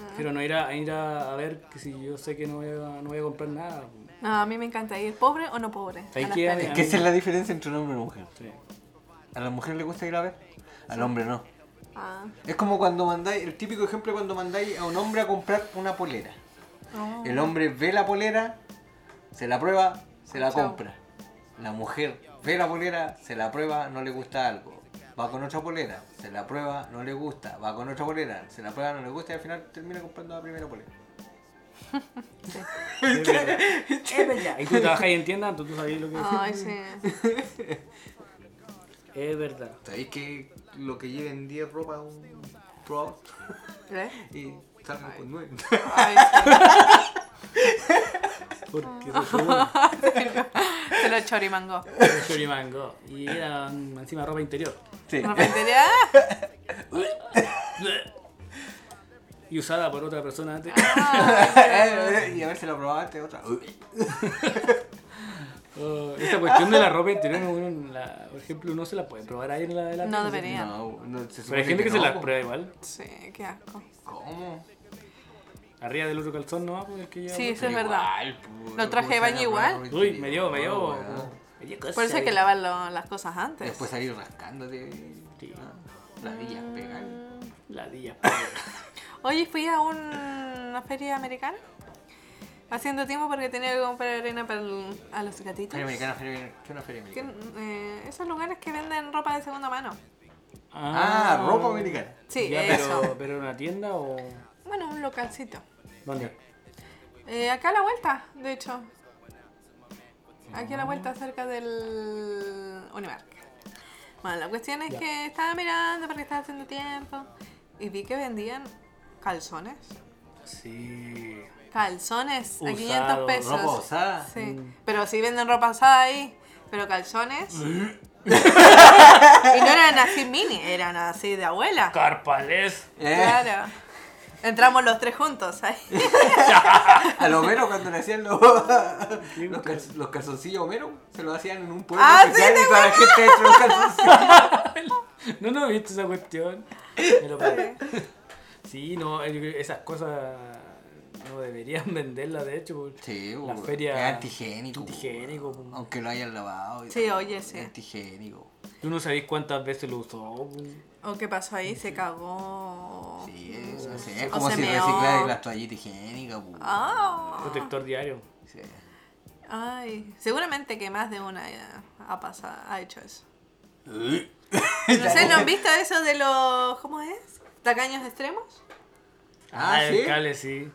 [SPEAKER 2] Prefiero no ir a, a ir a, a ver que si yo sé que no voy a, no voy a comprar nada. pues.
[SPEAKER 1] No, a mí me encanta ir pobre o no pobre.
[SPEAKER 2] Ahí
[SPEAKER 1] a las
[SPEAKER 2] queda,
[SPEAKER 1] ferias.
[SPEAKER 3] Que esa es la diferencia entre un hombre y una mujer. [laughs]
[SPEAKER 2] Sí.
[SPEAKER 3] A la mujer le gusta ir a ver, al hombre no.
[SPEAKER 1] Ah.
[SPEAKER 3] Es como cuando mandáis, el típico ejemplo cuando mandáis a un hombre a comprar una polera.
[SPEAKER 1] Oh.
[SPEAKER 3] El hombre ve la polera, se la prueba, se la
[SPEAKER 1] Chao.
[SPEAKER 3] compra. La mujer ve la polera, se la prueba, no le gusta algo. Va con otra polera, se la prueba, no le gusta. Va con otra polera, se la prueba, no le gusta y al final termina comprando la primera polera.
[SPEAKER 2] Es verdad. Es verdad. Y tú trabajas ahí en tienda, tú, tú sabes lo que
[SPEAKER 1] Ay, sí.
[SPEAKER 2] es. verdad.
[SPEAKER 3] ¿Sabéis que lo que lleven 10 ropa a un pro
[SPEAKER 1] ¿Ves?
[SPEAKER 3] y salgan con 9?
[SPEAKER 1] Ay, sí.
[SPEAKER 2] Porque
[SPEAKER 1] Ah.
[SPEAKER 2] pues. se sube
[SPEAKER 1] Se lo chorimangó.
[SPEAKER 2] el chorimango. Y era mm, encima ropa interior.
[SPEAKER 3] [laughs] Sí. [laughs]
[SPEAKER 1] De repente, ¡ah!
[SPEAKER 2] Y usada por otra persona antes.
[SPEAKER 1] Ah.
[SPEAKER 3] y a ver si la probaste otra.
[SPEAKER 2] Oh, esta cuestión de la ropa interior, uno la- por ejemplo, no se la puede probar ahí en la de la
[SPEAKER 1] No
[SPEAKER 2] tienda.
[SPEAKER 1] debería.
[SPEAKER 3] No, no,
[SPEAKER 2] Pero hay
[SPEAKER 3] se supone
[SPEAKER 2] gente que, se
[SPEAKER 3] no, pues.
[SPEAKER 2] la
[SPEAKER 3] po.
[SPEAKER 2] prueba igual.
[SPEAKER 1] Sí, qué asco.
[SPEAKER 3] ¿Cómo?
[SPEAKER 2] Arriba del otro calzón, ¿no? Pues el que lleva
[SPEAKER 1] Sí,
[SPEAKER 2] puesto.
[SPEAKER 1] eso es verdad.
[SPEAKER 3] Igual, po,
[SPEAKER 1] Lo traje de baño
[SPEAKER 3] puse
[SPEAKER 1] igual.
[SPEAKER 3] la prueba
[SPEAKER 2] Uy, me dio, me dio.
[SPEAKER 3] weá.
[SPEAKER 2] me dio cosa
[SPEAKER 1] Por eso hay
[SPEAKER 2] ahí.
[SPEAKER 1] que lavar lo- las cosas antes.
[SPEAKER 3] Después salir rascándote.
[SPEAKER 2] Sí.
[SPEAKER 3] ah, Ladillas, pegar.
[SPEAKER 2] La día.
[SPEAKER 1] Oye, fui a un- una feria americana haciendo tiempo porque tenía que comprar arena para el- a los gatitos.
[SPEAKER 3] Feria americana, feria americana. ¿Qué es una feria
[SPEAKER 1] Que,
[SPEAKER 3] americana?
[SPEAKER 1] eh, esos lugares que venden ropa de segunda mano.
[SPEAKER 3] Ah, ropa americana.
[SPEAKER 1] Sí,
[SPEAKER 2] Ya,
[SPEAKER 1] eso.
[SPEAKER 2] pero, pero una tienda o.
[SPEAKER 1] Bueno, un localcito.
[SPEAKER 2] ¿Dónde?
[SPEAKER 1] Eh, acá a la vuelta, de hecho. Aquí a la vuelta, cerca del Unimark. Bueno, la cuestión es
[SPEAKER 2] Ya.
[SPEAKER 1] que estaba mirando porque estaba haciendo tiempo y vi que vendían calzones.
[SPEAKER 2] Sí.
[SPEAKER 1] Calzones a
[SPEAKER 2] Usado,
[SPEAKER 1] 500 pesos.
[SPEAKER 3] Ropa usada. Mm.
[SPEAKER 1] Sí, pero sí venden ropa usada ahí, pero
[SPEAKER 3] [laughs]
[SPEAKER 1] calzones. y no eran así mini, eran así de abuela.
[SPEAKER 2] Carpales. [laughs]
[SPEAKER 3] Eh,
[SPEAKER 1] Claro. Entramos los tres juntos. ahí.
[SPEAKER 3] [laughs] A lo menos cuando le hacían los, los, calz- los calzoncillos a Homero, se los hacían en un pueblo
[SPEAKER 1] Ah,
[SPEAKER 3] especial
[SPEAKER 1] sí,
[SPEAKER 3] y toda la gente dentro de los
[SPEAKER 1] [laughs]
[SPEAKER 3] calzoncillos.
[SPEAKER 2] No, no he visto esa cuestión. Me lo perdí. [laughs] Sí, no, yo creo que esas cosas no deberían [laughs] venderlas, de hecho.
[SPEAKER 3] Sí,
[SPEAKER 2] La
[SPEAKER 3] bo,
[SPEAKER 2] feria-
[SPEAKER 3] es antigénico. bo.
[SPEAKER 2] Antigénico. po.
[SPEAKER 3] Aunque lo hayan lavado. y
[SPEAKER 1] Sí,
[SPEAKER 3] todo,
[SPEAKER 1] oye, sí.
[SPEAKER 3] Es antigénico.
[SPEAKER 2] Tú no sabés cuántas veces lo usó.
[SPEAKER 1] ¿O
[SPEAKER 2] po.
[SPEAKER 1] Oh, qué pasó ahí? Se cagó.
[SPEAKER 3] Sí, es, no sé, es
[SPEAKER 1] O
[SPEAKER 3] como
[SPEAKER 1] se
[SPEAKER 3] si
[SPEAKER 1] meó.
[SPEAKER 3] reciclaras las toallitas higiénicas. bo.
[SPEAKER 1] Ah.
[SPEAKER 2] Protector diario.
[SPEAKER 3] Sí.
[SPEAKER 1] Ay, seguramente que más de una eh, ha pasado, ha hecho eso. No
[SPEAKER 3] Ya,
[SPEAKER 1] sé, ¿no
[SPEAKER 3] bo.
[SPEAKER 1] han visto eso de los, ¿cómo es? Tacaños extremos.
[SPEAKER 3] Ah,
[SPEAKER 2] el
[SPEAKER 3] ¿sí?
[SPEAKER 2] cale, sí.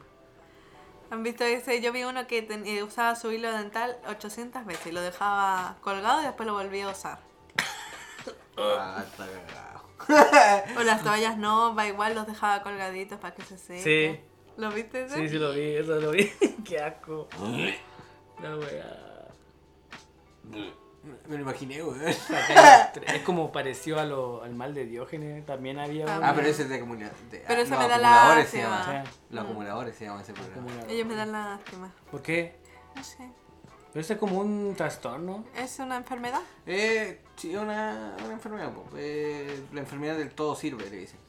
[SPEAKER 1] ¿Han visto ese? Yo vi uno que ten- eh, usaba su hilo dental 800 veces y lo dejaba colgado y después lo volvía a usar.
[SPEAKER 3] Ah, está cagado.
[SPEAKER 1] O las toallas no, va igual los dejaba colgaditos para que se sequen. Sí. ¿Lo viste ese?
[SPEAKER 2] Sí, sí lo vi, eso lo vi. [laughs] Qué asco. La weá.
[SPEAKER 3] Me lo imaginé, weón.
[SPEAKER 2] Tacaño extremo. Es como pareció a lo- al mal de Diógenes. También había
[SPEAKER 1] Ah,
[SPEAKER 2] un-
[SPEAKER 3] Ah, pero ese es de, acumula- de
[SPEAKER 1] Pero
[SPEAKER 3] ah,
[SPEAKER 1] ese
[SPEAKER 3] no,
[SPEAKER 1] me da
[SPEAKER 3] acumuladores se
[SPEAKER 1] lástima.
[SPEAKER 3] llama.
[SPEAKER 2] Sí.
[SPEAKER 3] Los acumuladores se llama ese programa.
[SPEAKER 2] como una-
[SPEAKER 1] Ellos me dan lástima.
[SPEAKER 2] ¿Por qué?
[SPEAKER 1] No sé.
[SPEAKER 2] Pero ese es como un trastorno.
[SPEAKER 1] ¿Es una enfermedad?
[SPEAKER 3] Eh, sí, una, una enfermedad, po. Eh, la enfermedad del todo sirve, le dicen.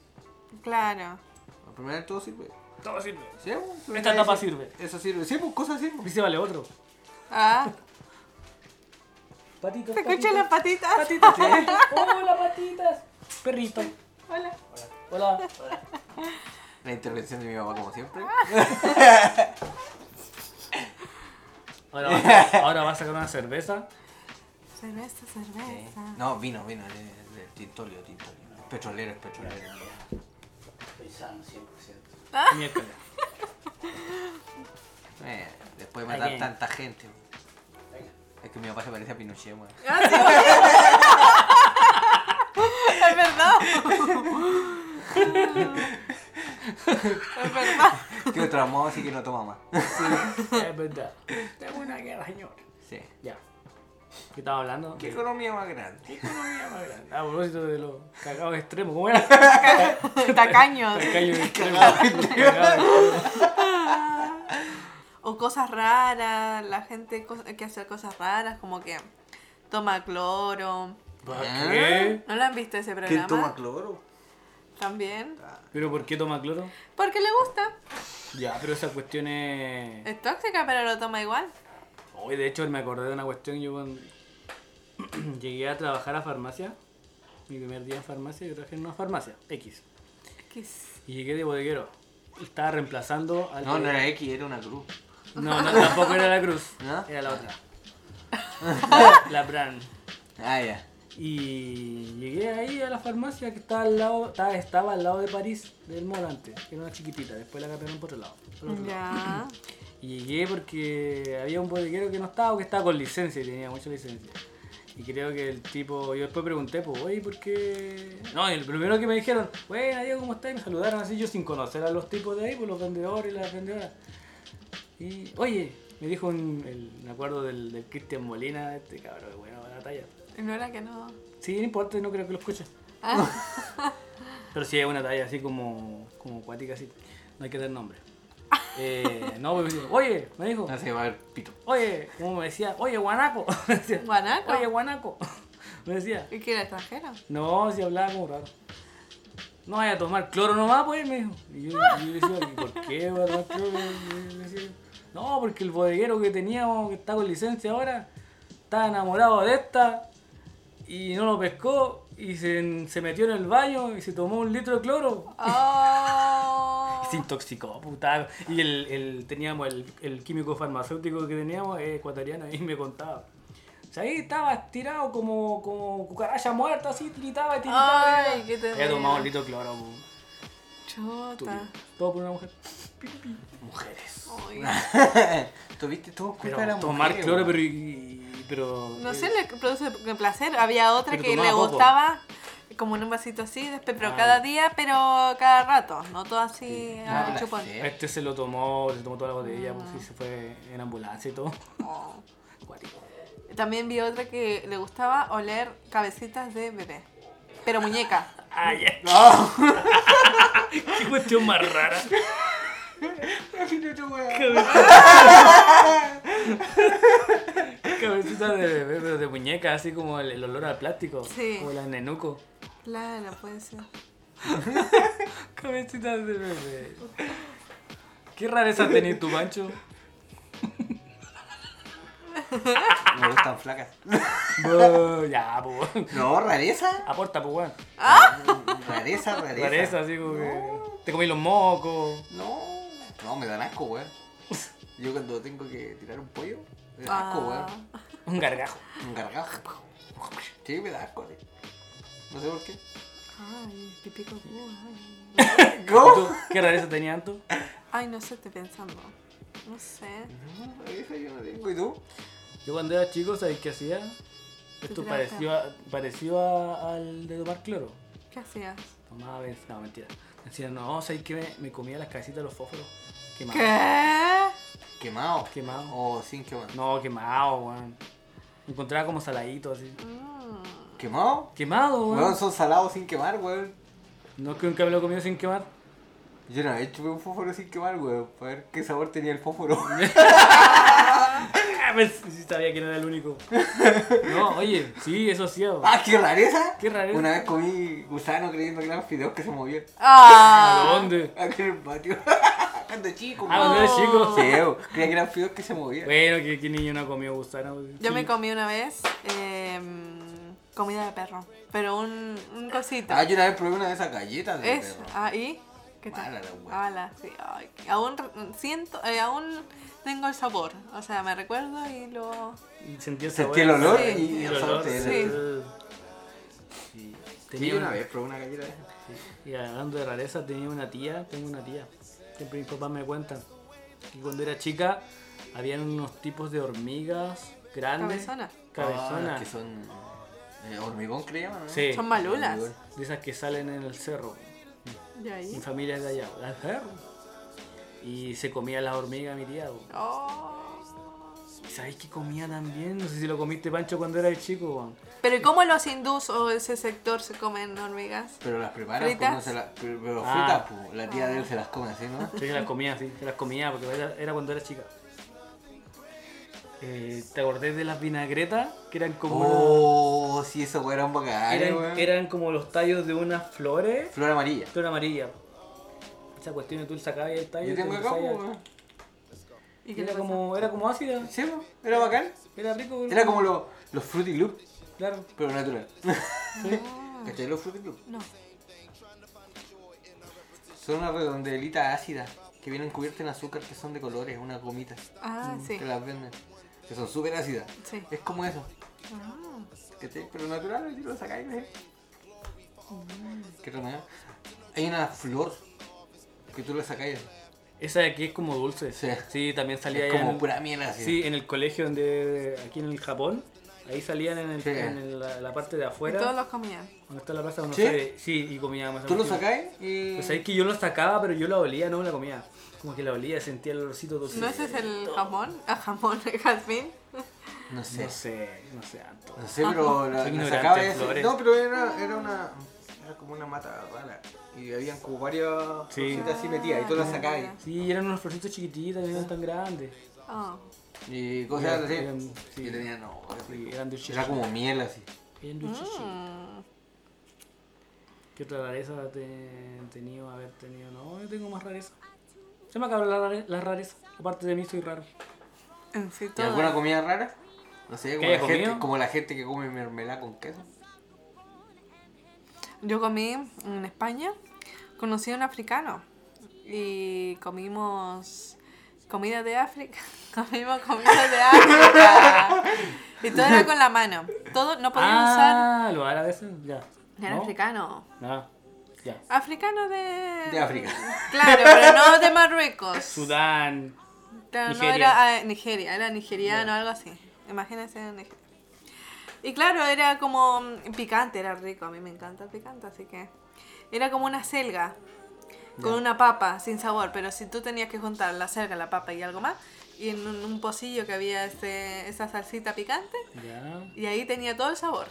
[SPEAKER 1] Claro.
[SPEAKER 3] La enfermedad del todo sirve.
[SPEAKER 2] Todo sirve.
[SPEAKER 3] ¿Sí, po? Tú
[SPEAKER 2] Esta
[SPEAKER 3] estás
[SPEAKER 2] tapa
[SPEAKER 3] diciendo-
[SPEAKER 2] sirve.
[SPEAKER 3] Eso sirve, sí, pues cosas sirven.
[SPEAKER 2] Y se vale otro.
[SPEAKER 1] Ah,
[SPEAKER 2] Patitas.
[SPEAKER 1] ¿te escuchan las
[SPEAKER 2] patitas.
[SPEAKER 1] patitas?
[SPEAKER 2] Patitas. Hola, patitas. Perrito.
[SPEAKER 1] Hola.
[SPEAKER 2] Hola.
[SPEAKER 3] La intervención de mi papá, como siempre.
[SPEAKER 2] Ahora va, a sacar- ahora va a sacar una cerveza.
[SPEAKER 1] Cerveza,
[SPEAKER 3] Sí.
[SPEAKER 1] cerveza.
[SPEAKER 3] No, vino, vino, de, de Tintolio, Tintolio. Es Petrolero, es petrolero.
[SPEAKER 5] Soy sano 100%.
[SPEAKER 2] Miércoles.
[SPEAKER 3] Eh, después de matar
[SPEAKER 2] Aquí.
[SPEAKER 3] tanta gente. po. Es que mi papá se parece a Pinochet, weón.
[SPEAKER 1] Ah, sí, oye. es verdad. [laughs] es verdad.
[SPEAKER 3] Tío traumado, así que no toma más. [laughs]
[SPEAKER 2] Es verdad. Tengo una guerra, señor.
[SPEAKER 3] Sí.
[SPEAKER 2] Ya. ¿Qué estaba hablando?
[SPEAKER 3] ¿Qué economía más grande?
[SPEAKER 2] ¿Qué economía más grande? Ah, A propósito de los cagados extremos, ¿cómo era?
[SPEAKER 1] Tacaños.
[SPEAKER 2] Tacaños extremos. Cagados extremos.
[SPEAKER 1] O cosas raras. La gente co- que hace cosas raras, como que toma cloro.
[SPEAKER 2] ¿Por
[SPEAKER 3] ¿Ah?
[SPEAKER 2] qué?
[SPEAKER 1] ¿No lo han visto ese
[SPEAKER 3] ¿Quién
[SPEAKER 1] programa?
[SPEAKER 3] toma cloro?
[SPEAKER 1] También.
[SPEAKER 2] ¿Pero por qué toma cloro?
[SPEAKER 1] Porque le gusta.
[SPEAKER 2] Ya, pero esa cuestión es...
[SPEAKER 1] Es tóxica, pero lo toma igual.
[SPEAKER 2] Hoy, de hecho, me acordé de una cuestión. Yo cuando [clears throat] llegué a trabajar a farmacia, mi primer día en farmacia, yo trabajé en una farmacia, X.
[SPEAKER 1] Quis-
[SPEAKER 2] Y llegué de bodeguero. Estaba reemplazando al.
[SPEAKER 3] No, no era X, era una cruz.
[SPEAKER 2] No, no, tampoco era la cruz.
[SPEAKER 3] ¿No?
[SPEAKER 2] Era la otra. La, la Bran.
[SPEAKER 3] Ah, ya.
[SPEAKER 2] Y llegué ahí a la farmacia que estaba al lado, estaba, estaba al lado de París, del Morante, que era una chiquitita. Después la cambiaron por otro lado. por otro lado.
[SPEAKER 1] Ya.
[SPEAKER 2] Y llegué porque había un bodeguero que no estaba, o que estaba con licencia y tenía mucha licencia. Y creo que el tipo, yo después pregunté, pues, oye, ¿por qué? No, y lo primero que me dijeron, bueno, Diego, ¿cómo estás? Y me saludaron así, yo sin conocer a los tipos de ahí, pues los vendedores y las vendedoras. Y, oye, me dijo un, el, me acuerdo del, del Cristian Molina, este cabrón, que bueno, buena talla.
[SPEAKER 1] No era que no.
[SPEAKER 2] Sí, no importa, no creo que lo escuche.
[SPEAKER 1] Ah,
[SPEAKER 2] [laughs] Pero sí es una talla así como, como cuática, así. No hay que
[SPEAKER 1] [laughs]
[SPEAKER 2] dar nombre. Eh, no, pues, oye, me dijo.
[SPEAKER 3] No se va a ver pito.
[SPEAKER 2] Oye, como me decía, oye, guanaco. [laughs] Me decía,
[SPEAKER 1] ¿Guanaco?
[SPEAKER 2] Oye, guanaco. [laughs] Me decía,
[SPEAKER 1] ¿Y que era extranjero?
[SPEAKER 2] no, si hablaba como raro. No vaya a tomar cloro nomás, pues, me dijo. Y yo, y yo le decía, "¿Y ¿por qué voy a tomar cloro? Y me decía, no, porque el bodeguero que teníamos, que está con licencia ahora, está enamorado de esta y no lo pescó y se, se metió en el baño y se tomó un litro de cloro.
[SPEAKER 1] Oh.
[SPEAKER 2] Se intoxicó, puta. Y el, el- teníamos el, el químico farmacéutico que teníamos, es ecuatoriano, y me contaba. O sea, ahí estaba estirado como, como cucaracha muerta, así, tiritaba, tiritaba.
[SPEAKER 1] Ay, qué terrible. Ah.
[SPEAKER 2] Había tomado un litro de cloro, po.
[SPEAKER 1] Chota.
[SPEAKER 2] Todo por una mujer.
[SPEAKER 3] Mujeres.
[SPEAKER 1] Ay.
[SPEAKER 3] Tuviste todo culpa
[SPEAKER 2] Pero
[SPEAKER 3] de la mujer.
[SPEAKER 2] tomar cloro,
[SPEAKER 3] weón.
[SPEAKER 2] pero, y- pero... eh,
[SPEAKER 1] No sé, le produce placer. Había otra
[SPEAKER 2] Pero
[SPEAKER 1] que
[SPEAKER 2] tomaba
[SPEAKER 1] le
[SPEAKER 2] poco.
[SPEAKER 1] gustaba como en un vasito así, después, pero
[SPEAKER 2] Ah.
[SPEAKER 1] cada día, pero cada rato, no todo así
[SPEAKER 3] Ah,
[SPEAKER 1] al
[SPEAKER 3] la
[SPEAKER 1] chupón.
[SPEAKER 3] sé.
[SPEAKER 2] Este se lo tomó, se tomó toda la botella,
[SPEAKER 1] Ah.
[SPEAKER 2] pues, y se fue en
[SPEAKER 1] [laughs]
[SPEAKER 2] ambulancia y todo.
[SPEAKER 1] Oh.
[SPEAKER 2] Acuático.
[SPEAKER 1] También vi otra que le gustaba oler cabecitas de bebé, pero muñeca.
[SPEAKER 2] Ah, ya.
[SPEAKER 3] No,
[SPEAKER 2] [laughs] Qué cuestión más rara.
[SPEAKER 3] Pinocho, weón.
[SPEAKER 2] Cabecita de bebé, pero de muñeca, así como el, el olor a plástico.
[SPEAKER 1] Sí.
[SPEAKER 2] Como la nenuco.
[SPEAKER 1] Claro, puede ser.
[SPEAKER 2] Cabecita de bebé. Qué rareza tenés tu mancho.
[SPEAKER 3] Me gustan flacas.
[SPEAKER 2] Bo, ya, po.
[SPEAKER 3] No, rareza.
[SPEAKER 2] Aporta, pues, weón.
[SPEAKER 3] Rareza, rareza.
[SPEAKER 2] Rareza, así como que. Te comí los mocos.
[SPEAKER 3] No, no, me dan asco, weón. Yo cuando tengo que tirar un pollo, me da asco,
[SPEAKER 1] Ah,
[SPEAKER 3] weón.
[SPEAKER 2] Un gargajo.
[SPEAKER 3] Un gargajo. Sí, pues. me da asco, eh. No sé por qué.
[SPEAKER 1] ay, pipí con cubo, ay.
[SPEAKER 2] ¿Y tú? ¿Qué rareza tenía Anto?
[SPEAKER 1] Ay, no sé, estoy pensando. No sé.
[SPEAKER 3] No, rareza yo no tengo. ¿Y tú?
[SPEAKER 2] Yo cuando era chico, ¿sabes qué hacía? Esto
[SPEAKER 1] tirabas
[SPEAKER 2] pareció, a- pareció a- al de tomar cloro.
[SPEAKER 1] ¿Qué hacías?
[SPEAKER 2] Tomaba vez, no, mentira. Decía, no, ¿sabes qué? Me, me comía las cabecitas de los fósforos. Quemado.
[SPEAKER 1] ¿Qué?
[SPEAKER 3] ¿Quemado?
[SPEAKER 2] Quemado.
[SPEAKER 3] ¿O sin quemado?
[SPEAKER 2] No, quemado, weón. Me encontraba como saladito, así.
[SPEAKER 1] Mm.
[SPEAKER 3] ¿Quemado?
[SPEAKER 2] Quemado, weón.
[SPEAKER 3] Weón, son salados sin quemar, weón.
[SPEAKER 2] No es que nunca me lo he comido sin quemar.
[SPEAKER 3] Yo una vez chupé un fósforo sin quemar, weón, para ver qué sabor tenía
[SPEAKER 2] [laughs]
[SPEAKER 3] el fósforo.
[SPEAKER 2] Ah, pues, sí sabía que no era el
[SPEAKER 3] [laughs]
[SPEAKER 2] único. No, oye, sí, eso sí. weón.
[SPEAKER 3] ¡Ah, qué rareza!
[SPEAKER 2] Qué rareza.
[SPEAKER 3] Una vez comí gusano creyendo que eran fideos que se movían.
[SPEAKER 2] ¿A
[SPEAKER 1] Ah,
[SPEAKER 2] dónde?
[SPEAKER 3] Aquí en el patio. [laughs] Cuando chico,
[SPEAKER 2] Ah, cuando
[SPEAKER 1] Oh.
[SPEAKER 2] era chico.
[SPEAKER 3] Sí, weón. Creía que eran fideos que se movían.
[SPEAKER 2] Bueno, que que niño no ha comido gusano? weón?
[SPEAKER 1] yo me
[SPEAKER 2] Sí.
[SPEAKER 1] comí una vez eh, comida de perro, pero un, un cosito.
[SPEAKER 3] Ah, yo una vez probé una de esas galletas de
[SPEAKER 1] Eso.
[SPEAKER 3] perro.
[SPEAKER 1] Ah, ¿y? ¿Qué tal?
[SPEAKER 3] Mala la wea.
[SPEAKER 1] Mala, sí. Ay, aún re- siento, eh, aún tengo el sabor. O sea, me recuerdo y lo.
[SPEAKER 2] Y Sentí el,
[SPEAKER 3] Sentí el
[SPEAKER 2] sabor.
[SPEAKER 3] olor
[SPEAKER 1] Sí.
[SPEAKER 3] y
[SPEAKER 2] El
[SPEAKER 3] el sabor.
[SPEAKER 2] olor,
[SPEAKER 3] te-
[SPEAKER 1] sí.
[SPEAKER 3] Sí.
[SPEAKER 2] Tenía
[SPEAKER 3] Sí, yo
[SPEAKER 2] una-
[SPEAKER 3] una vez probé una galleta de esas.
[SPEAKER 2] Sí. Y hablando de rareza, tenía una tía, tengo una tía. Siempre mis papás me cuentan. Y cuando era chica, habían unos tipos de hormigas grandes.
[SPEAKER 1] Cabezona.
[SPEAKER 2] Cabezonas.
[SPEAKER 3] Ah, que son eh, hormigón, creo, ¿no?
[SPEAKER 2] Sí.
[SPEAKER 1] Son malulas.
[SPEAKER 3] Hormigón.
[SPEAKER 2] De esas que salen en el cerro.
[SPEAKER 1] ¿Y
[SPEAKER 2] Mi
[SPEAKER 1] ahí?
[SPEAKER 2] familia es de allá. ¿Al cerro? Y se comía las hormigas mi tía. weón.
[SPEAKER 1] Oh.
[SPEAKER 2] ¿Y sabéis qué comía también? No sé si lo comiste, Pancho, cuando eras chico. weón.
[SPEAKER 1] Pero ¿y cómo los hindús o ese sector se comen hormigas?
[SPEAKER 3] Pero las preparan, pues,
[SPEAKER 1] ¿Fritas?
[SPEAKER 3] no se las- pero, pero
[SPEAKER 2] Ah.
[SPEAKER 3] fritas, pues, la tía de él se las come así, ¿no?
[SPEAKER 2] Sí, se las comía, sí, se las comía, porque era, era cuando era chica. Eh, ¿Te acordás de las vinagretas? Que eran como... una-
[SPEAKER 3] Oh, sí, eso weón, era un bacán, eh,
[SPEAKER 2] eran,
[SPEAKER 3] weón.
[SPEAKER 2] eran como los tallos de unas flores,
[SPEAKER 3] Flor amarilla.
[SPEAKER 2] flor amarilla. Esa cuestión tú le sacabas y el tallo.
[SPEAKER 3] Yo
[SPEAKER 2] y te
[SPEAKER 3] tengo
[SPEAKER 2] lo
[SPEAKER 3] acá, pues,
[SPEAKER 2] empezabas a-
[SPEAKER 3] weón.
[SPEAKER 1] ¿Y qué le
[SPEAKER 2] Era
[SPEAKER 1] pasa?
[SPEAKER 2] como, era como ácida,
[SPEAKER 3] Sí, pues, era bacán.
[SPEAKER 2] era rico. güey.
[SPEAKER 3] Era como lo- los Fruity Loop,
[SPEAKER 2] Claro.
[SPEAKER 3] pero natural. [laughs] ¿Cachai los Fruity Loop?
[SPEAKER 1] No.
[SPEAKER 3] Son unas redondelitas ácidas que vienen cubiertas en azúcar que son de colores, unas gomitas
[SPEAKER 1] Ah, sí.
[SPEAKER 3] Mm, que las venden. Que son súper ácidas.
[SPEAKER 1] Sí.
[SPEAKER 3] Es como eso.
[SPEAKER 1] Ah.
[SPEAKER 3] ¿Cachai? Pero natural, y lo sacáis, ¿eh? Qué remedio. Hay una flor que tú la sacáis.
[SPEAKER 2] Esa de aquí es como dulce.
[SPEAKER 3] Sí.
[SPEAKER 2] también salía
[SPEAKER 3] Es
[SPEAKER 2] allá
[SPEAKER 3] como
[SPEAKER 2] en-
[SPEAKER 3] pura miel así.
[SPEAKER 2] Sí, en el colegio donde, aquí en el Japón. Ahí salían en, el-
[SPEAKER 3] Sí.
[SPEAKER 2] en el- la, la parte de
[SPEAKER 1] Y todos
[SPEAKER 2] afuera,
[SPEAKER 1] los comían.
[SPEAKER 2] donde está la plaza de Buenos
[SPEAKER 3] ¿Sí?
[SPEAKER 2] Aires. Sí, y comíamos. esa
[SPEAKER 3] Tú lo
[SPEAKER 2] cuestión.
[SPEAKER 3] sacáis y.
[SPEAKER 2] Pues ahí que yo lo sacaba, pero yo la olía, no la comía. Como que la olía, sentía el olorcito dulce.
[SPEAKER 1] ¿No ese es el jamón? ¿A jamón? [laughs] ¿Jazmín?
[SPEAKER 3] No
[SPEAKER 2] No
[SPEAKER 3] sé.
[SPEAKER 2] sé, no sé, Anto.
[SPEAKER 3] No sé, pero la,
[SPEAKER 2] Soy
[SPEAKER 3] la
[SPEAKER 2] ignorante
[SPEAKER 3] sacaba
[SPEAKER 2] en
[SPEAKER 3] ese-
[SPEAKER 2] flores.
[SPEAKER 3] No, pero era, era una. Era como una mata rara. Y habían como varias
[SPEAKER 2] Sí.
[SPEAKER 3] cositas así metidas. Y tú las
[SPEAKER 1] Ah,
[SPEAKER 3] sacáis.
[SPEAKER 2] Sí, eran unos florcitos chiquititos, no eran tan grandes.
[SPEAKER 1] Oh.
[SPEAKER 3] Y cosas así.
[SPEAKER 2] Eran- sí.
[SPEAKER 3] Y tenía, no.
[SPEAKER 2] Sí, eran de
[SPEAKER 3] Era como miel así.
[SPEAKER 2] Eran de chichi.
[SPEAKER 1] Mm.
[SPEAKER 2] ¿Qué otra rareza te he tenido? Haber tenido, no, yo tengo más rareza. Se me acabó la, rare- la rareza. Aparte de mí, soy raro.
[SPEAKER 1] En sí,
[SPEAKER 3] ¿Y
[SPEAKER 1] todo.
[SPEAKER 3] alguna comida rara? No sé, como
[SPEAKER 2] haya
[SPEAKER 3] la, gente,
[SPEAKER 2] comido?
[SPEAKER 3] como la gente que come mermelada con queso.
[SPEAKER 1] Yo comí en España, conocí a un africano y comimos comida de África. [laughs] Comimos comida de África. Y todo era con la mano. Todo, no podía usar.
[SPEAKER 2] ah, lo árabes, ya.
[SPEAKER 1] Era
[SPEAKER 2] ¿No?
[SPEAKER 1] africano.
[SPEAKER 2] Ah, ya.
[SPEAKER 1] Africano de.
[SPEAKER 3] De África.
[SPEAKER 1] Claro, pero no de Marruecos.
[SPEAKER 2] Sudán.
[SPEAKER 1] Claro,
[SPEAKER 2] Nigeria.
[SPEAKER 1] no era eh, Nigeria, era nigeriano, algo así. Imagínense en Nigeria. Y claro, era como mm, picante, era rico, a mí me encanta el picante, así que era como una selga con una papa sin sabor, pero si tú tenías que juntar la selga, la papa y algo más, y en un, un pocillo que había este, esa salsita picante,
[SPEAKER 2] Ya,
[SPEAKER 1] y ahí tenía todo el sabor,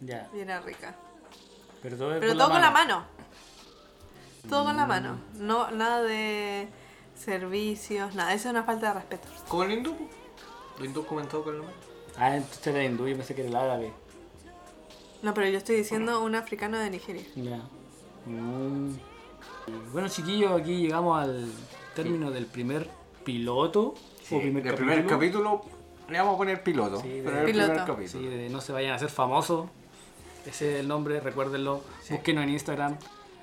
[SPEAKER 2] ya.
[SPEAKER 1] y era rica.
[SPEAKER 2] Pero todo, es
[SPEAKER 1] Pero todo con la mano. Mm. Todo con la mano. No, nada de servicios, nada. Eso es una falta de respeto.
[SPEAKER 3] Como el hindú. po. Lo hindú comentado con la mano.
[SPEAKER 2] Ah, entonces era hindú, yo pensé que era el árabe.
[SPEAKER 1] No, pero yo estoy diciendo un africano de Nigeria.
[SPEAKER 2] Ya. Mm. Bueno, chiquillos, aquí llegamos al término del primer piloto.
[SPEAKER 3] Sí, del primer capítulo le vamos a poner piloto.
[SPEAKER 2] Sí,
[SPEAKER 3] pero
[SPEAKER 2] de-
[SPEAKER 3] el primer
[SPEAKER 1] Piloto.
[SPEAKER 3] capítulo.
[SPEAKER 2] Sí, de no se vayan a hacer famosos. Ese es el nombre, recuérdenlo. Búsquenos en Instagram.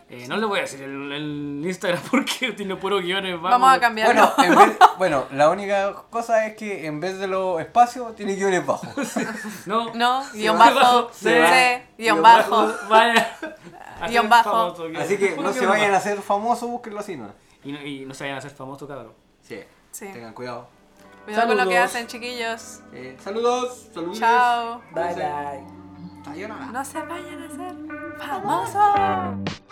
[SPEAKER 2] Eh, no le voy a decir el, el Instagram [laughs] porque tiene puro guiones. Vamos,
[SPEAKER 1] Vamos, a cambiarlo.
[SPEAKER 3] Bueno, en vez- bueno, la única cosa es que en vez de los espacios tiene guiones bajos.
[SPEAKER 1] [laughs]
[SPEAKER 2] No,
[SPEAKER 1] no, guión
[SPEAKER 2] va.
[SPEAKER 1] bajo,
[SPEAKER 2] Se va.
[SPEAKER 1] C, guión
[SPEAKER 3] Guión
[SPEAKER 1] bajo.
[SPEAKER 2] [laughs] Vaya. a
[SPEAKER 1] Guión
[SPEAKER 2] ser
[SPEAKER 1] bajo.
[SPEAKER 2] famoso, guión- [laughs]
[SPEAKER 3] Así que
[SPEAKER 2] puro
[SPEAKER 3] no se
[SPEAKER 2] guión
[SPEAKER 3] vayan a
[SPEAKER 2] bajo.
[SPEAKER 3] hacer famosos, búsquenlo así, ¿no?
[SPEAKER 2] Y no, y no se vayan a hacer famosos, cabrón.
[SPEAKER 3] Sí.
[SPEAKER 1] Sí.
[SPEAKER 3] Tengan cuidado.
[SPEAKER 1] Cuidado con lo que
[SPEAKER 2] Saludos.
[SPEAKER 1] hacen, chiquillos.
[SPEAKER 3] Eh, saludos, saludos.
[SPEAKER 1] Chao.
[SPEAKER 3] Bye bye. Sayonara.
[SPEAKER 1] No se vayan a hacer famosos.